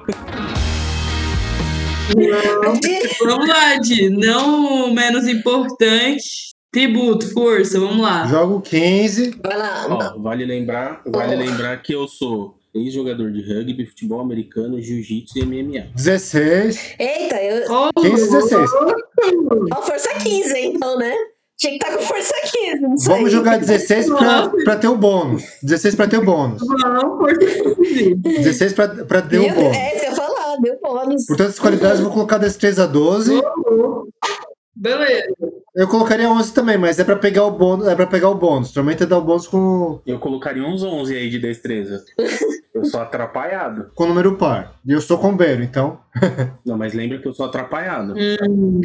Vamos lá, Di. Não menos importante. Tributo, força, vamos lá. Jogo 15. Vai lá. Ó, vale lembrar, vale lembrar que eu sou ex-jogador de rugby, futebol americano, jiu-jitsu e MMA. 16. Eita, eu. Oh, 15, 16. Ó, força 15, hein, então, né? Tinha que estar com força 15. Não sei. Vamos jogar 16 pra, pra ter o bônus. 16 pra ter o bônus. Vamos, força 15. 16 pra, pra ter Meu o Deus, bônus. É isso que eu ia falar, deu bônus. Portanto, as qualidades eu vou colocar das 3 a 12. Beleza. Eu colocaria 11 também, mas é pra pegar o bônus. É pra pegar o bônus. Tormenta dá o bônus com, Eu colocaria uns 11 aí de destreza. Eu sou atrapalhado. com o número par. E eu sou combeiro, então. Não, mas lembra que eu sou atrapalhado.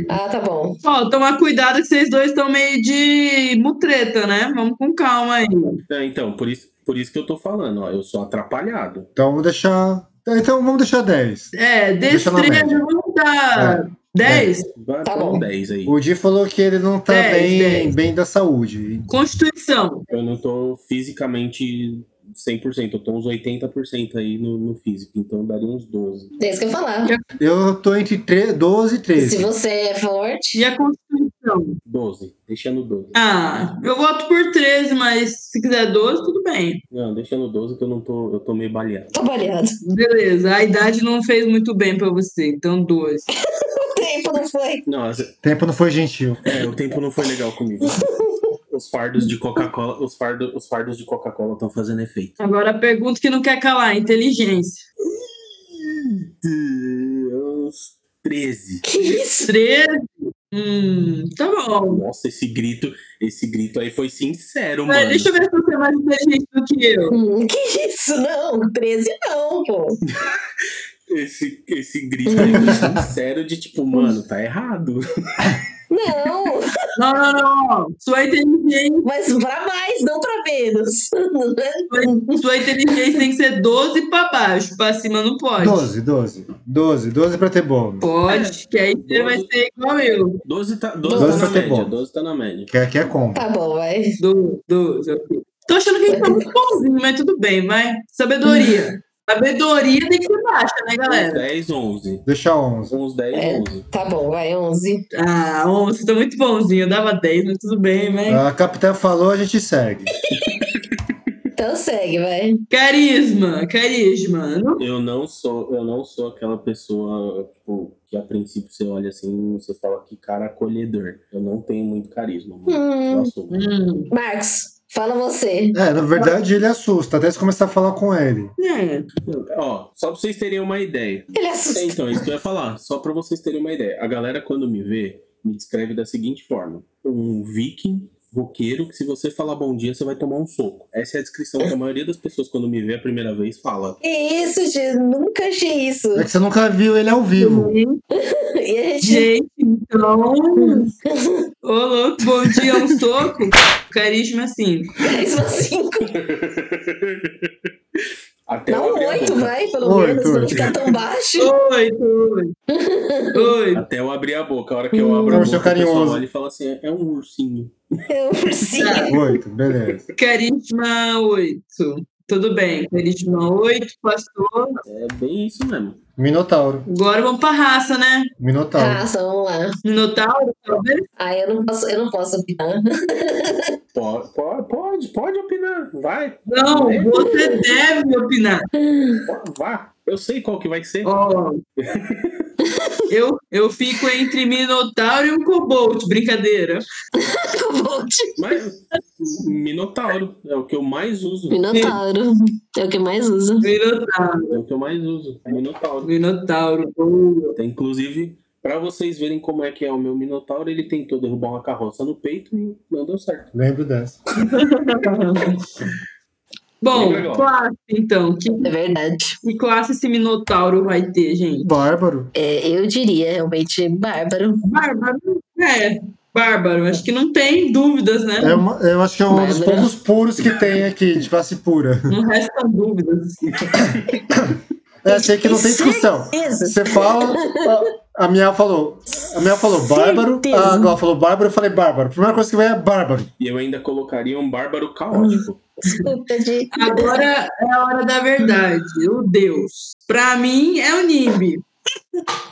Ah, tá bom. Ó, tomar cuidado que vocês dois estão meio de mutreta, né? Vamos com calma aí. É, Então, por isso, por isso que eu tô falando, ó. Eu sou atrapalhado. Então vou deixar. Então vamos deixar 10. É, Deixa na destreza, média. vamos É. dar 10. Vai Tá tá um bom. 10 aí. O Di falou que ele não tá 10, bem, 10. bem da saúde. Constituição. Eu não tô fisicamente 100%, eu tô uns 80% aí no, no físico, então eu daria uns 12. É isso que eu ia falar. Eu tô entre tre- 12 e Se 13. você é forte. E a Constituição? 12, deixando 12. Ah, eu voto por 13, mas se quiser 12, tudo bem. Não, deixando 12 que eu não tô, eu tô meio baleado. Tô baleado. Beleza, a idade não fez muito bem pra você, então 12. O tempo não foi. Não, as- Tempo não foi gentil. É, o tempo não foi legal comigo. Os fardos de Coca-Cola, os, fardo, os fardos de Coca-Cola estão fazendo efeito. Agora a pergunta que não quer calar, inteligência. Uns 13. Que isso? 13? Hum, tá bom. Nossa, esse grito, esse grito aí foi sincero, É, mano. deixa eu ver se você é mais inteligente do que eu. Hum, que isso? Não, 13 não, pô. Esse, esse grito aí foi sincero de tipo, mano, tá errado. Não, Não, não, não. Sua inteligência, mas pra mais, não pra menos. sua inteligência tem que ser 12 pra baixo. Pra cima não pode. 12, 12. 12, 12 pra ter bônus. Pode, que aí você vai ser igual eu. 12 tá, 12 Doze tá pra na ter média. bom. 12 tá na média. Que aqui é combo. Tá bom, vai. Do, do, do. Tô achando que a gente tá muito bonzinho, mas tudo bem, vai. Sabedoria. Sabedoria tem que ser baixa, né, Uns galera? 10, 11. Deixa 11. Uns 10, É. 11. Tá bom, vai, 11. Ah, ô, vocês estão muito bonzinho. Eu dava 10, mas tudo bem, vai. A capitã falou, a gente segue. Então segue, vai. Carisma, carisma. Não Eu não sou, eu não sou aquela pessoa tipo, que a princípio você olha assim e você fala que cara acolhedor. Eu não tenho muito carisma, mano. Hum. Eu assumo. Hum, Marcos, fala você. É, na verdade ele assusta, até você começar a falar com ele. é. Ó, só pra vocês terem uma ideia. Ele É, assusta. então, isso que eu ia falar, só pra vocês terem uma ideia. A galera, quando me vê, me descreve da seguinte forma: um viking roqueiro que, se você falar bom dia, você vai tomar um soco. Essa é a descrição que a maioria das pessoas, quando me vê a primeira vez, fala. Que isso, gente? Nunca achei isso. É que você nunca viu ele ao Hum. vivo. E a gente. Gente, então. Ô, louco, bom dia, um soco. Carisma, assim. Carisma 5. Até Dá eu um abrir a 8, boca. vai, pelo Oito, menos, pra não oito. ficar tão baixo. Oi, oi. Oi. Até eu abrir a boca. A hora que eu abro a Urso boca, o pessoal carinhoso. olha e fala assim: é um ursinho. É um ursinho. Oito, beleza. Carisma 8. Tudo bem, carisma 8, pastor. É bem isso mesmo. Minotauro. Agora vamos pra raça, né? Tá. Minotauro. Raça, Tá, vamos lá. Minotauro, talvez. Ah, eu não posso, eu não posso opinar. Pode, pode, pode, opinar. Vai, Não, você deve opinar. po- vá. Eu sei qual que vai ser. Ó. Eu, eu fico entre Minotauro e um Cobalt, brincadeira. Cobalt. Mas Minotauro é o que eu mais uso. Minotauro. É o que mais usa. Minotauro, É o que eu mais uso. Minotauro. Minotauro. boa. Tem, inclusive, pra vocês verem como é que é o meu Minotauro, ele tentou derrubar uma carroça no peito e não deu certo. Lembro dessa. Tá Bom, Legal. classe, então. Que, É verdade. que classe esse Minotauro vai ter, gente? Bárbaro. É, eu diria realmente bárbaro. Bárbaro? É, Bárbaro. Acho que não tem dúvidas, né? É uma- eu acho que é um dos Bárbaro. poucos puros que tem aqui, de classe pura. É. Não restam dúvidas. É, achei que não tem discussão. Certeza. Você fala, a, a minha falou. A minha falou bárbaro, Certeza. a Gal falou bárbaro, eu falei bárbaro. A primeira coisa que vem é bárbaro. E eu ainda colocaria um bárbaro caótico. Desculpa de. Agora é a hora da verdade. O Deus. Pra mim é o Nimbi.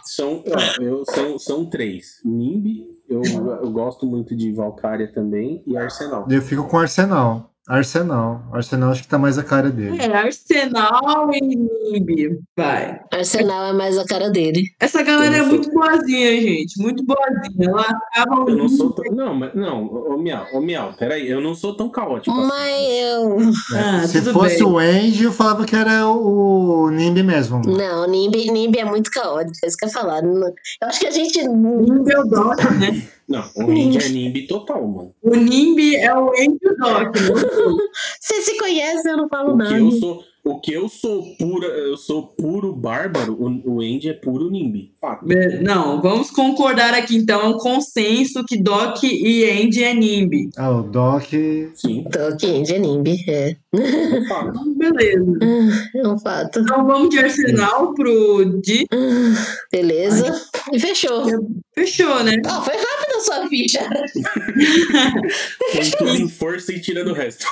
São, ó, eu, são, são três. Nimbi, eu, eu gosto muito de Valkyria também, e Arsenal. Eu fico com Arsenal. Arsenal. Arsenal acho que tá mais a cara dele. É, Arsenal e Nimbi. Vai. Arsenal é mais a cara dele. Essa galera Eu é não muito sou- boazinha, gente. Muito boazinha. Ela acaba. Eu não Uhum. sou tão. Não, mas. Não, ô Miau, ô Miau, peraí, eu não sou tão caótico Mas assim. eu. Ah, É, Se tudo fosse bem. o Andy, eu falava que era o Nimbi mesmo. Não, Nimbi, Nimbi é muito caótico, é isso que eu ia falar. Não- Eu acho que a gente. Não, Nimbi é o Doc, né? Não, o Ninja é Nimbi total, mano. O Nimbi é o Angel Doc. né? Você se conhece, eu não falo O que eu nada. sou. O que eu sou pura, eu sou puro bárbaro, o, o Andy é puro Nimbi. Fato. Be- Não, vamos concordar aqui então. É um consenso que Doc e Andy é Nimbi. Ah, o Doc. Sim, Tô aqui, de Nimbi, é. fato. Então, Beleza. É um fato. Então vamos de Arsenal pro Di. Beleza. E fechou. Fechou, né? Ó, foi rápido a sua ficha. Põe tudo em força e tira do resto.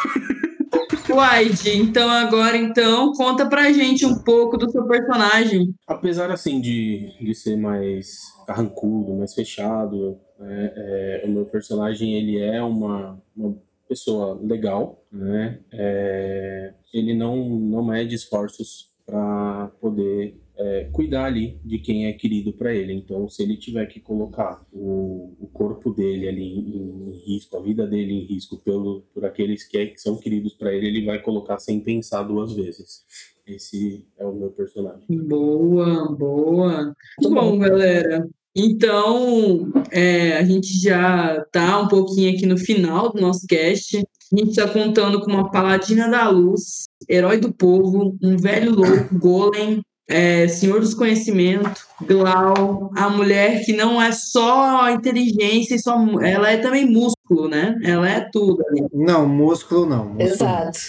Wide, então agora então conta pra gente um pouco do seu personagem. Apesar assim de, de ser mais carrancudo, mais fechado, né, é, o meu personagem ele é uma, uma pessoa legal, né? É, ele não não mede esforços para poder é, cuidar ali de quem é querido para ele. Então, se ele tiver que colocar o, o corpo dele ali em, em risco, a vida dele em risco pelo por aqueles que, é- que são queridos para ele, ele vai colocar sem pensar duas vezes. Esse é o meu personagem. Boa, boa. Tá Bom, galera. Então, é, a gente já tá um pouquinho aqui no final do nosso cast. A gente tá contando com uma paladina da luz, herói do povo, um velho louco, golem, é, Senhor dos Conhecimentos, Glau, a mulher que não é só inteligência, e só, mu- ela é também músculo, né? Ela é tudo. ali. Não, músculo não. músculo não. Exato.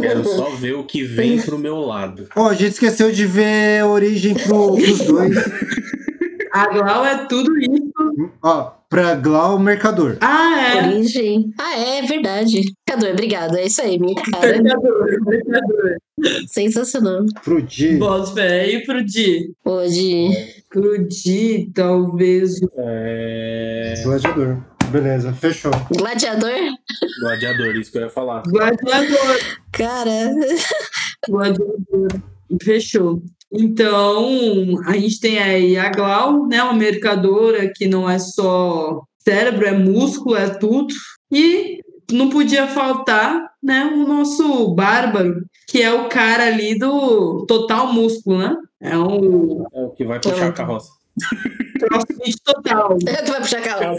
Quero só ver o que vem pro meu lado. Ó, a gente esqueceu de ver a origem pro, pros dois. A Glau é tudo isso. Ó, pra Glau, mercador. Ah, é. Origem. Ah, é, é verdade. Cadê? Obrigado. É isso aí, minha cara. Mercador, mercador. Sensacional. Pro Di. Bota fé. E pro Di? Hoje. Pro Di, talvez. o- É. Gladiador. Beleza, fechou. Gladiador? Gladiador, isso que eu ia falar. Gladiador. Cara. Gladiador. Fechou. Então, a gente tem aí a Glau, né? Uma mercadora que não é só cérebro, é músculo, é tudo. E não podia faltar, né? O nosso Bárbaro, que é o cara ali do total músculo, né? É um É o que vai puxar a carroça. crossfit total. É o que vai puxar calado.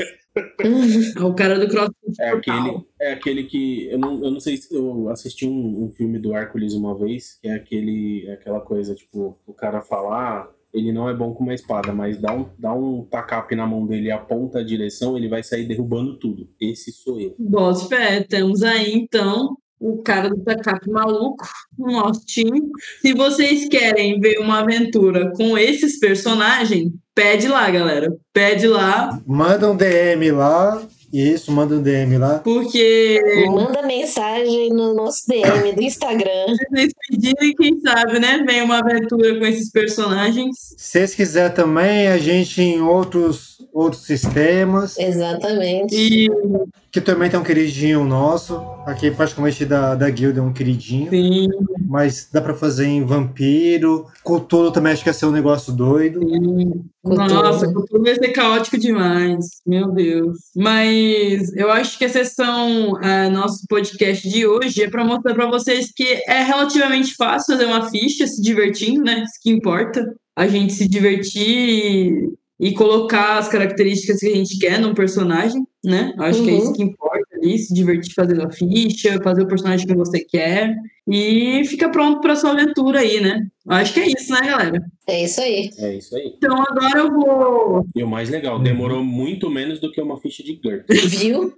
Uhum. É o cara do crossfit É total. aquele, é aquele que. Eu não, eu não sei se eu assisti um, um filme do Hércules uma vez, que é aquele, é aquela coisa, tipo, o cara falar, ele não é bom com uma espada, mas dá um, dá um tacape na mão dele e aponta a direção, ele vai sair derrubando tudo. Esse sou eu. Boss fé, temos aí então o cara do Tacap maluco no nosso time. Se vocês querem ver uma aventura com esses personagens, pede lá, galera. Pede lá, Manda um DM lá. Isso, manda um DM lá. porque Manda mensagem no nosso DM do Instagram. se vocês pedirem, quem sabe, né? Vem uma aventura com esses personagens. Se vocês quiserem também, a gente em outros, outros sistemas, Exatamente. E que também tem um queridinho nosso. Aqui, praticamente da, da guilda, é um queridinho. sim, Mas dá pra fazer em vampiro. Cthulhu também acho que ia ser um negócio doido. nossa, tudo vai ser caótico demais. Meu Deus. Mas eu acho que a sessão, ah, nosso podcast de hoje, é para mostrar para vocês que é relativamente fácil fazer uma ficha se divertindo, né? Isso que importa. A gente se divertir e, e colocar as características que a gente quer num personagem, né? Eu Acho que é isso Uhum. que importa ali, se divertir fazendo a ficha, fazer o personagem que você quer e fica pronto para sua aventura aí, né? Eu Acho que é isso, né, galera? É isso aí. É isso aí. Então agora eu vou E o mais legal, Uhum. demorou muito menos do que uma ficha de GURP. Viu?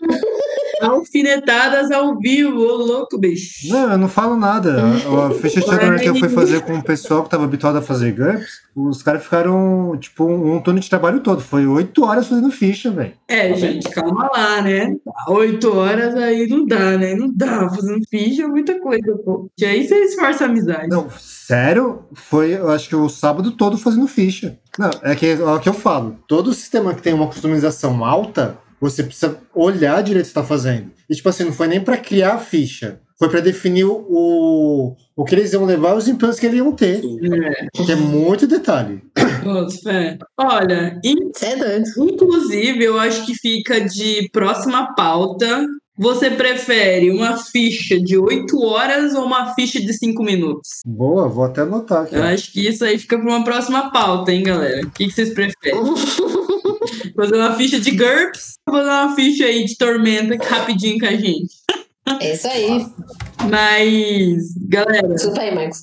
Alfinetadas ao vivo, ô louco, bicho. Não, eu não falo nada. A, a ficha de xadrez que eu fui fazer com o pessoal que tava habituado a fazer GURPS, os caras ficaram, tipo, um, um turno de trabalho todo. Foi oito horas fazendo ficha, velho. É, Tá gente, calma lá, né? Oito horas aí não dá, né? Não dá, fazendo ficha é muita coisa, pô. E aí você esforça a amizade. Não, sério? Foi, eu acho que o sábado todo fazendo ficha. Não, é que, é o que eu falo. Todo sistema que tem uma customização alta, você precisa olhar direito o que está fazendo. E, tipo assim, não foi nem para criar a ficha. Foi para definir o, o que eles iam levar e os implantes que eles iam ter. Que é muito detalhe. Nossa, fé. é. Olha, in- Você é doido. inclusive, eu acho que fica de próxima pauta. Você prefere uma ficha de oito horas ou uma ficha de cinco minutos? Boa, vou até anotar aqui. Eu acho que isso aí fica para uma próxima pauta, hein, galera? O que, que vocês preferem? fazer uma ficha de GURPS ou fazer uma ficha aí de Tormenta rapidinho com a gente? É isso aí. Mas, galera, Desculpa aí, Marcos.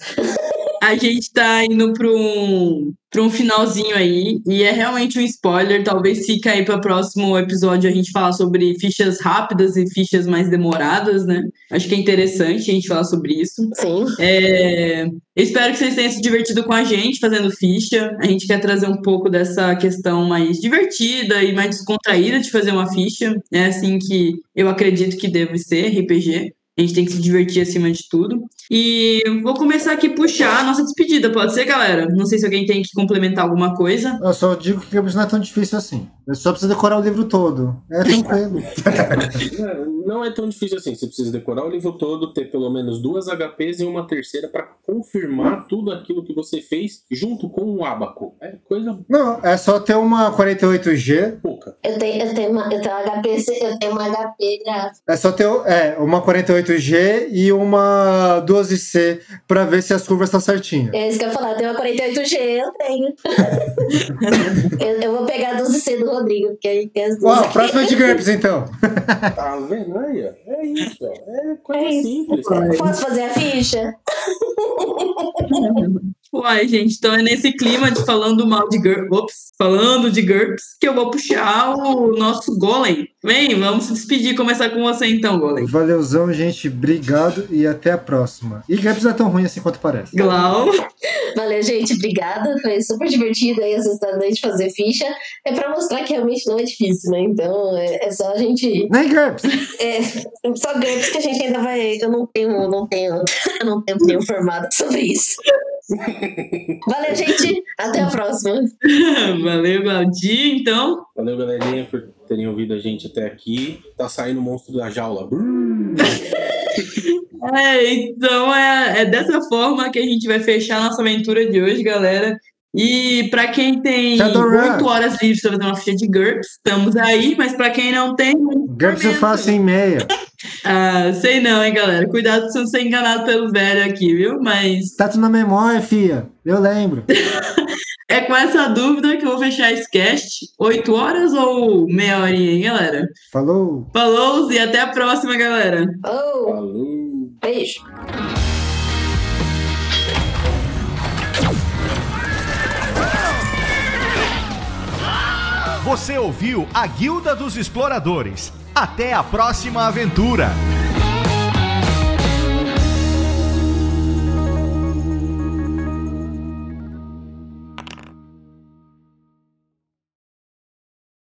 a gente tá indo para um, pra um finalzinho aí, e é realmente um spoiler, talvez fique aí para próximo episódio a gente falar sobre fichas rápidas e fichas mais demoradas, né? Acho que é interessante a gente falar sobre isso. Sim. É, eu espero que vocês tenham se divertido com a gente fazendo ficha. A gente quer trazer um pouco dessa questão mais divertida e mais descontraída de fazer uma ficha. É assim que eu acredito que deve ser RPG. A gente tem que se divertir acima de tudo. E vou começar aqui a puxar a nossa despedida, pode ser, galera? Não sei se alguém tem que complementar alguma coisa. Eu só digo que Games não é tão difícil assim. Eu só preciso decorar o livro todo. É tranquilo. Não, não é tão difícil assim. Você precisa decorar o livro todo, ter pelo menos duas HPs e uma terceira pra confirmar tudo aquilo que você fez junto com o abaco. É coisa não, é só ter uma 48G. pouca. Eu tenho, eu tenho, uma, eu tenho uma HP, eu tenho uma HP gráfica. É só ter é, uma 48G e uma 12C pra ver se as curvas tá estão certinhas. É isso que eu ia falar, eu tenho uma 48G, eu tenho. eu, eu vou pegar a 12C do Rodrigo, porque aí tem as duas. Ó, próxima é de GURPS então. Tá vendo aí? ó? É isso. ó. É coisa É isso. simples. Posso fazer a ficha? Uai, gente, então é nesse clima de falando mal de GURPS, ops, falando de GURPS, que eu vou puxar o nosso Golem. Vem, vamos se despedir, começar com você então, Golem. Valeuzão, gente. Obrigado e até a próxima. E Gaps não é tão ruim assim quanto parece. Glau. Valeu, gente. Obrigada. Foi super divertido aí essa noite fazer ficha. É pra mostrar que realmente não é difícil, né? Então é, é só a gente. Nem Gaps. É, só GURPS que a gente ainda vai. Eu não tenho, não tenho, eu não tenho nenhum formado sobre isso. Valeu, gente. Até a próxima. Valeu, Glaudir, então. Valeu, galerinha, por terem ouvido a gente até aqui. Tá saindo o monstro da jaula. É, então é, é dessa forma que a gente vai fechar a nossa aventura de hoje, galera. E pra quem tem Shadowrun. 8 horas livres pra fazer uma ficha de GURPS, estamos aí, mas pra quem não tem, Gaps eu faço em meia. ah, sei não, hein, galera. Cuidado pra você não ser enganado pelo velho aqui, viu? Mas Tá tudo na memória, fia. Eu lembro. é com essa dúvida que eu vou fechar esse cast. 8 horas ou meia horinha, hein, galera? Falou. Falou e até a próxima, galera. Oh, Falou. beijo. Você ouviu a Guilda dos Exploradores. Até a próxima aventura!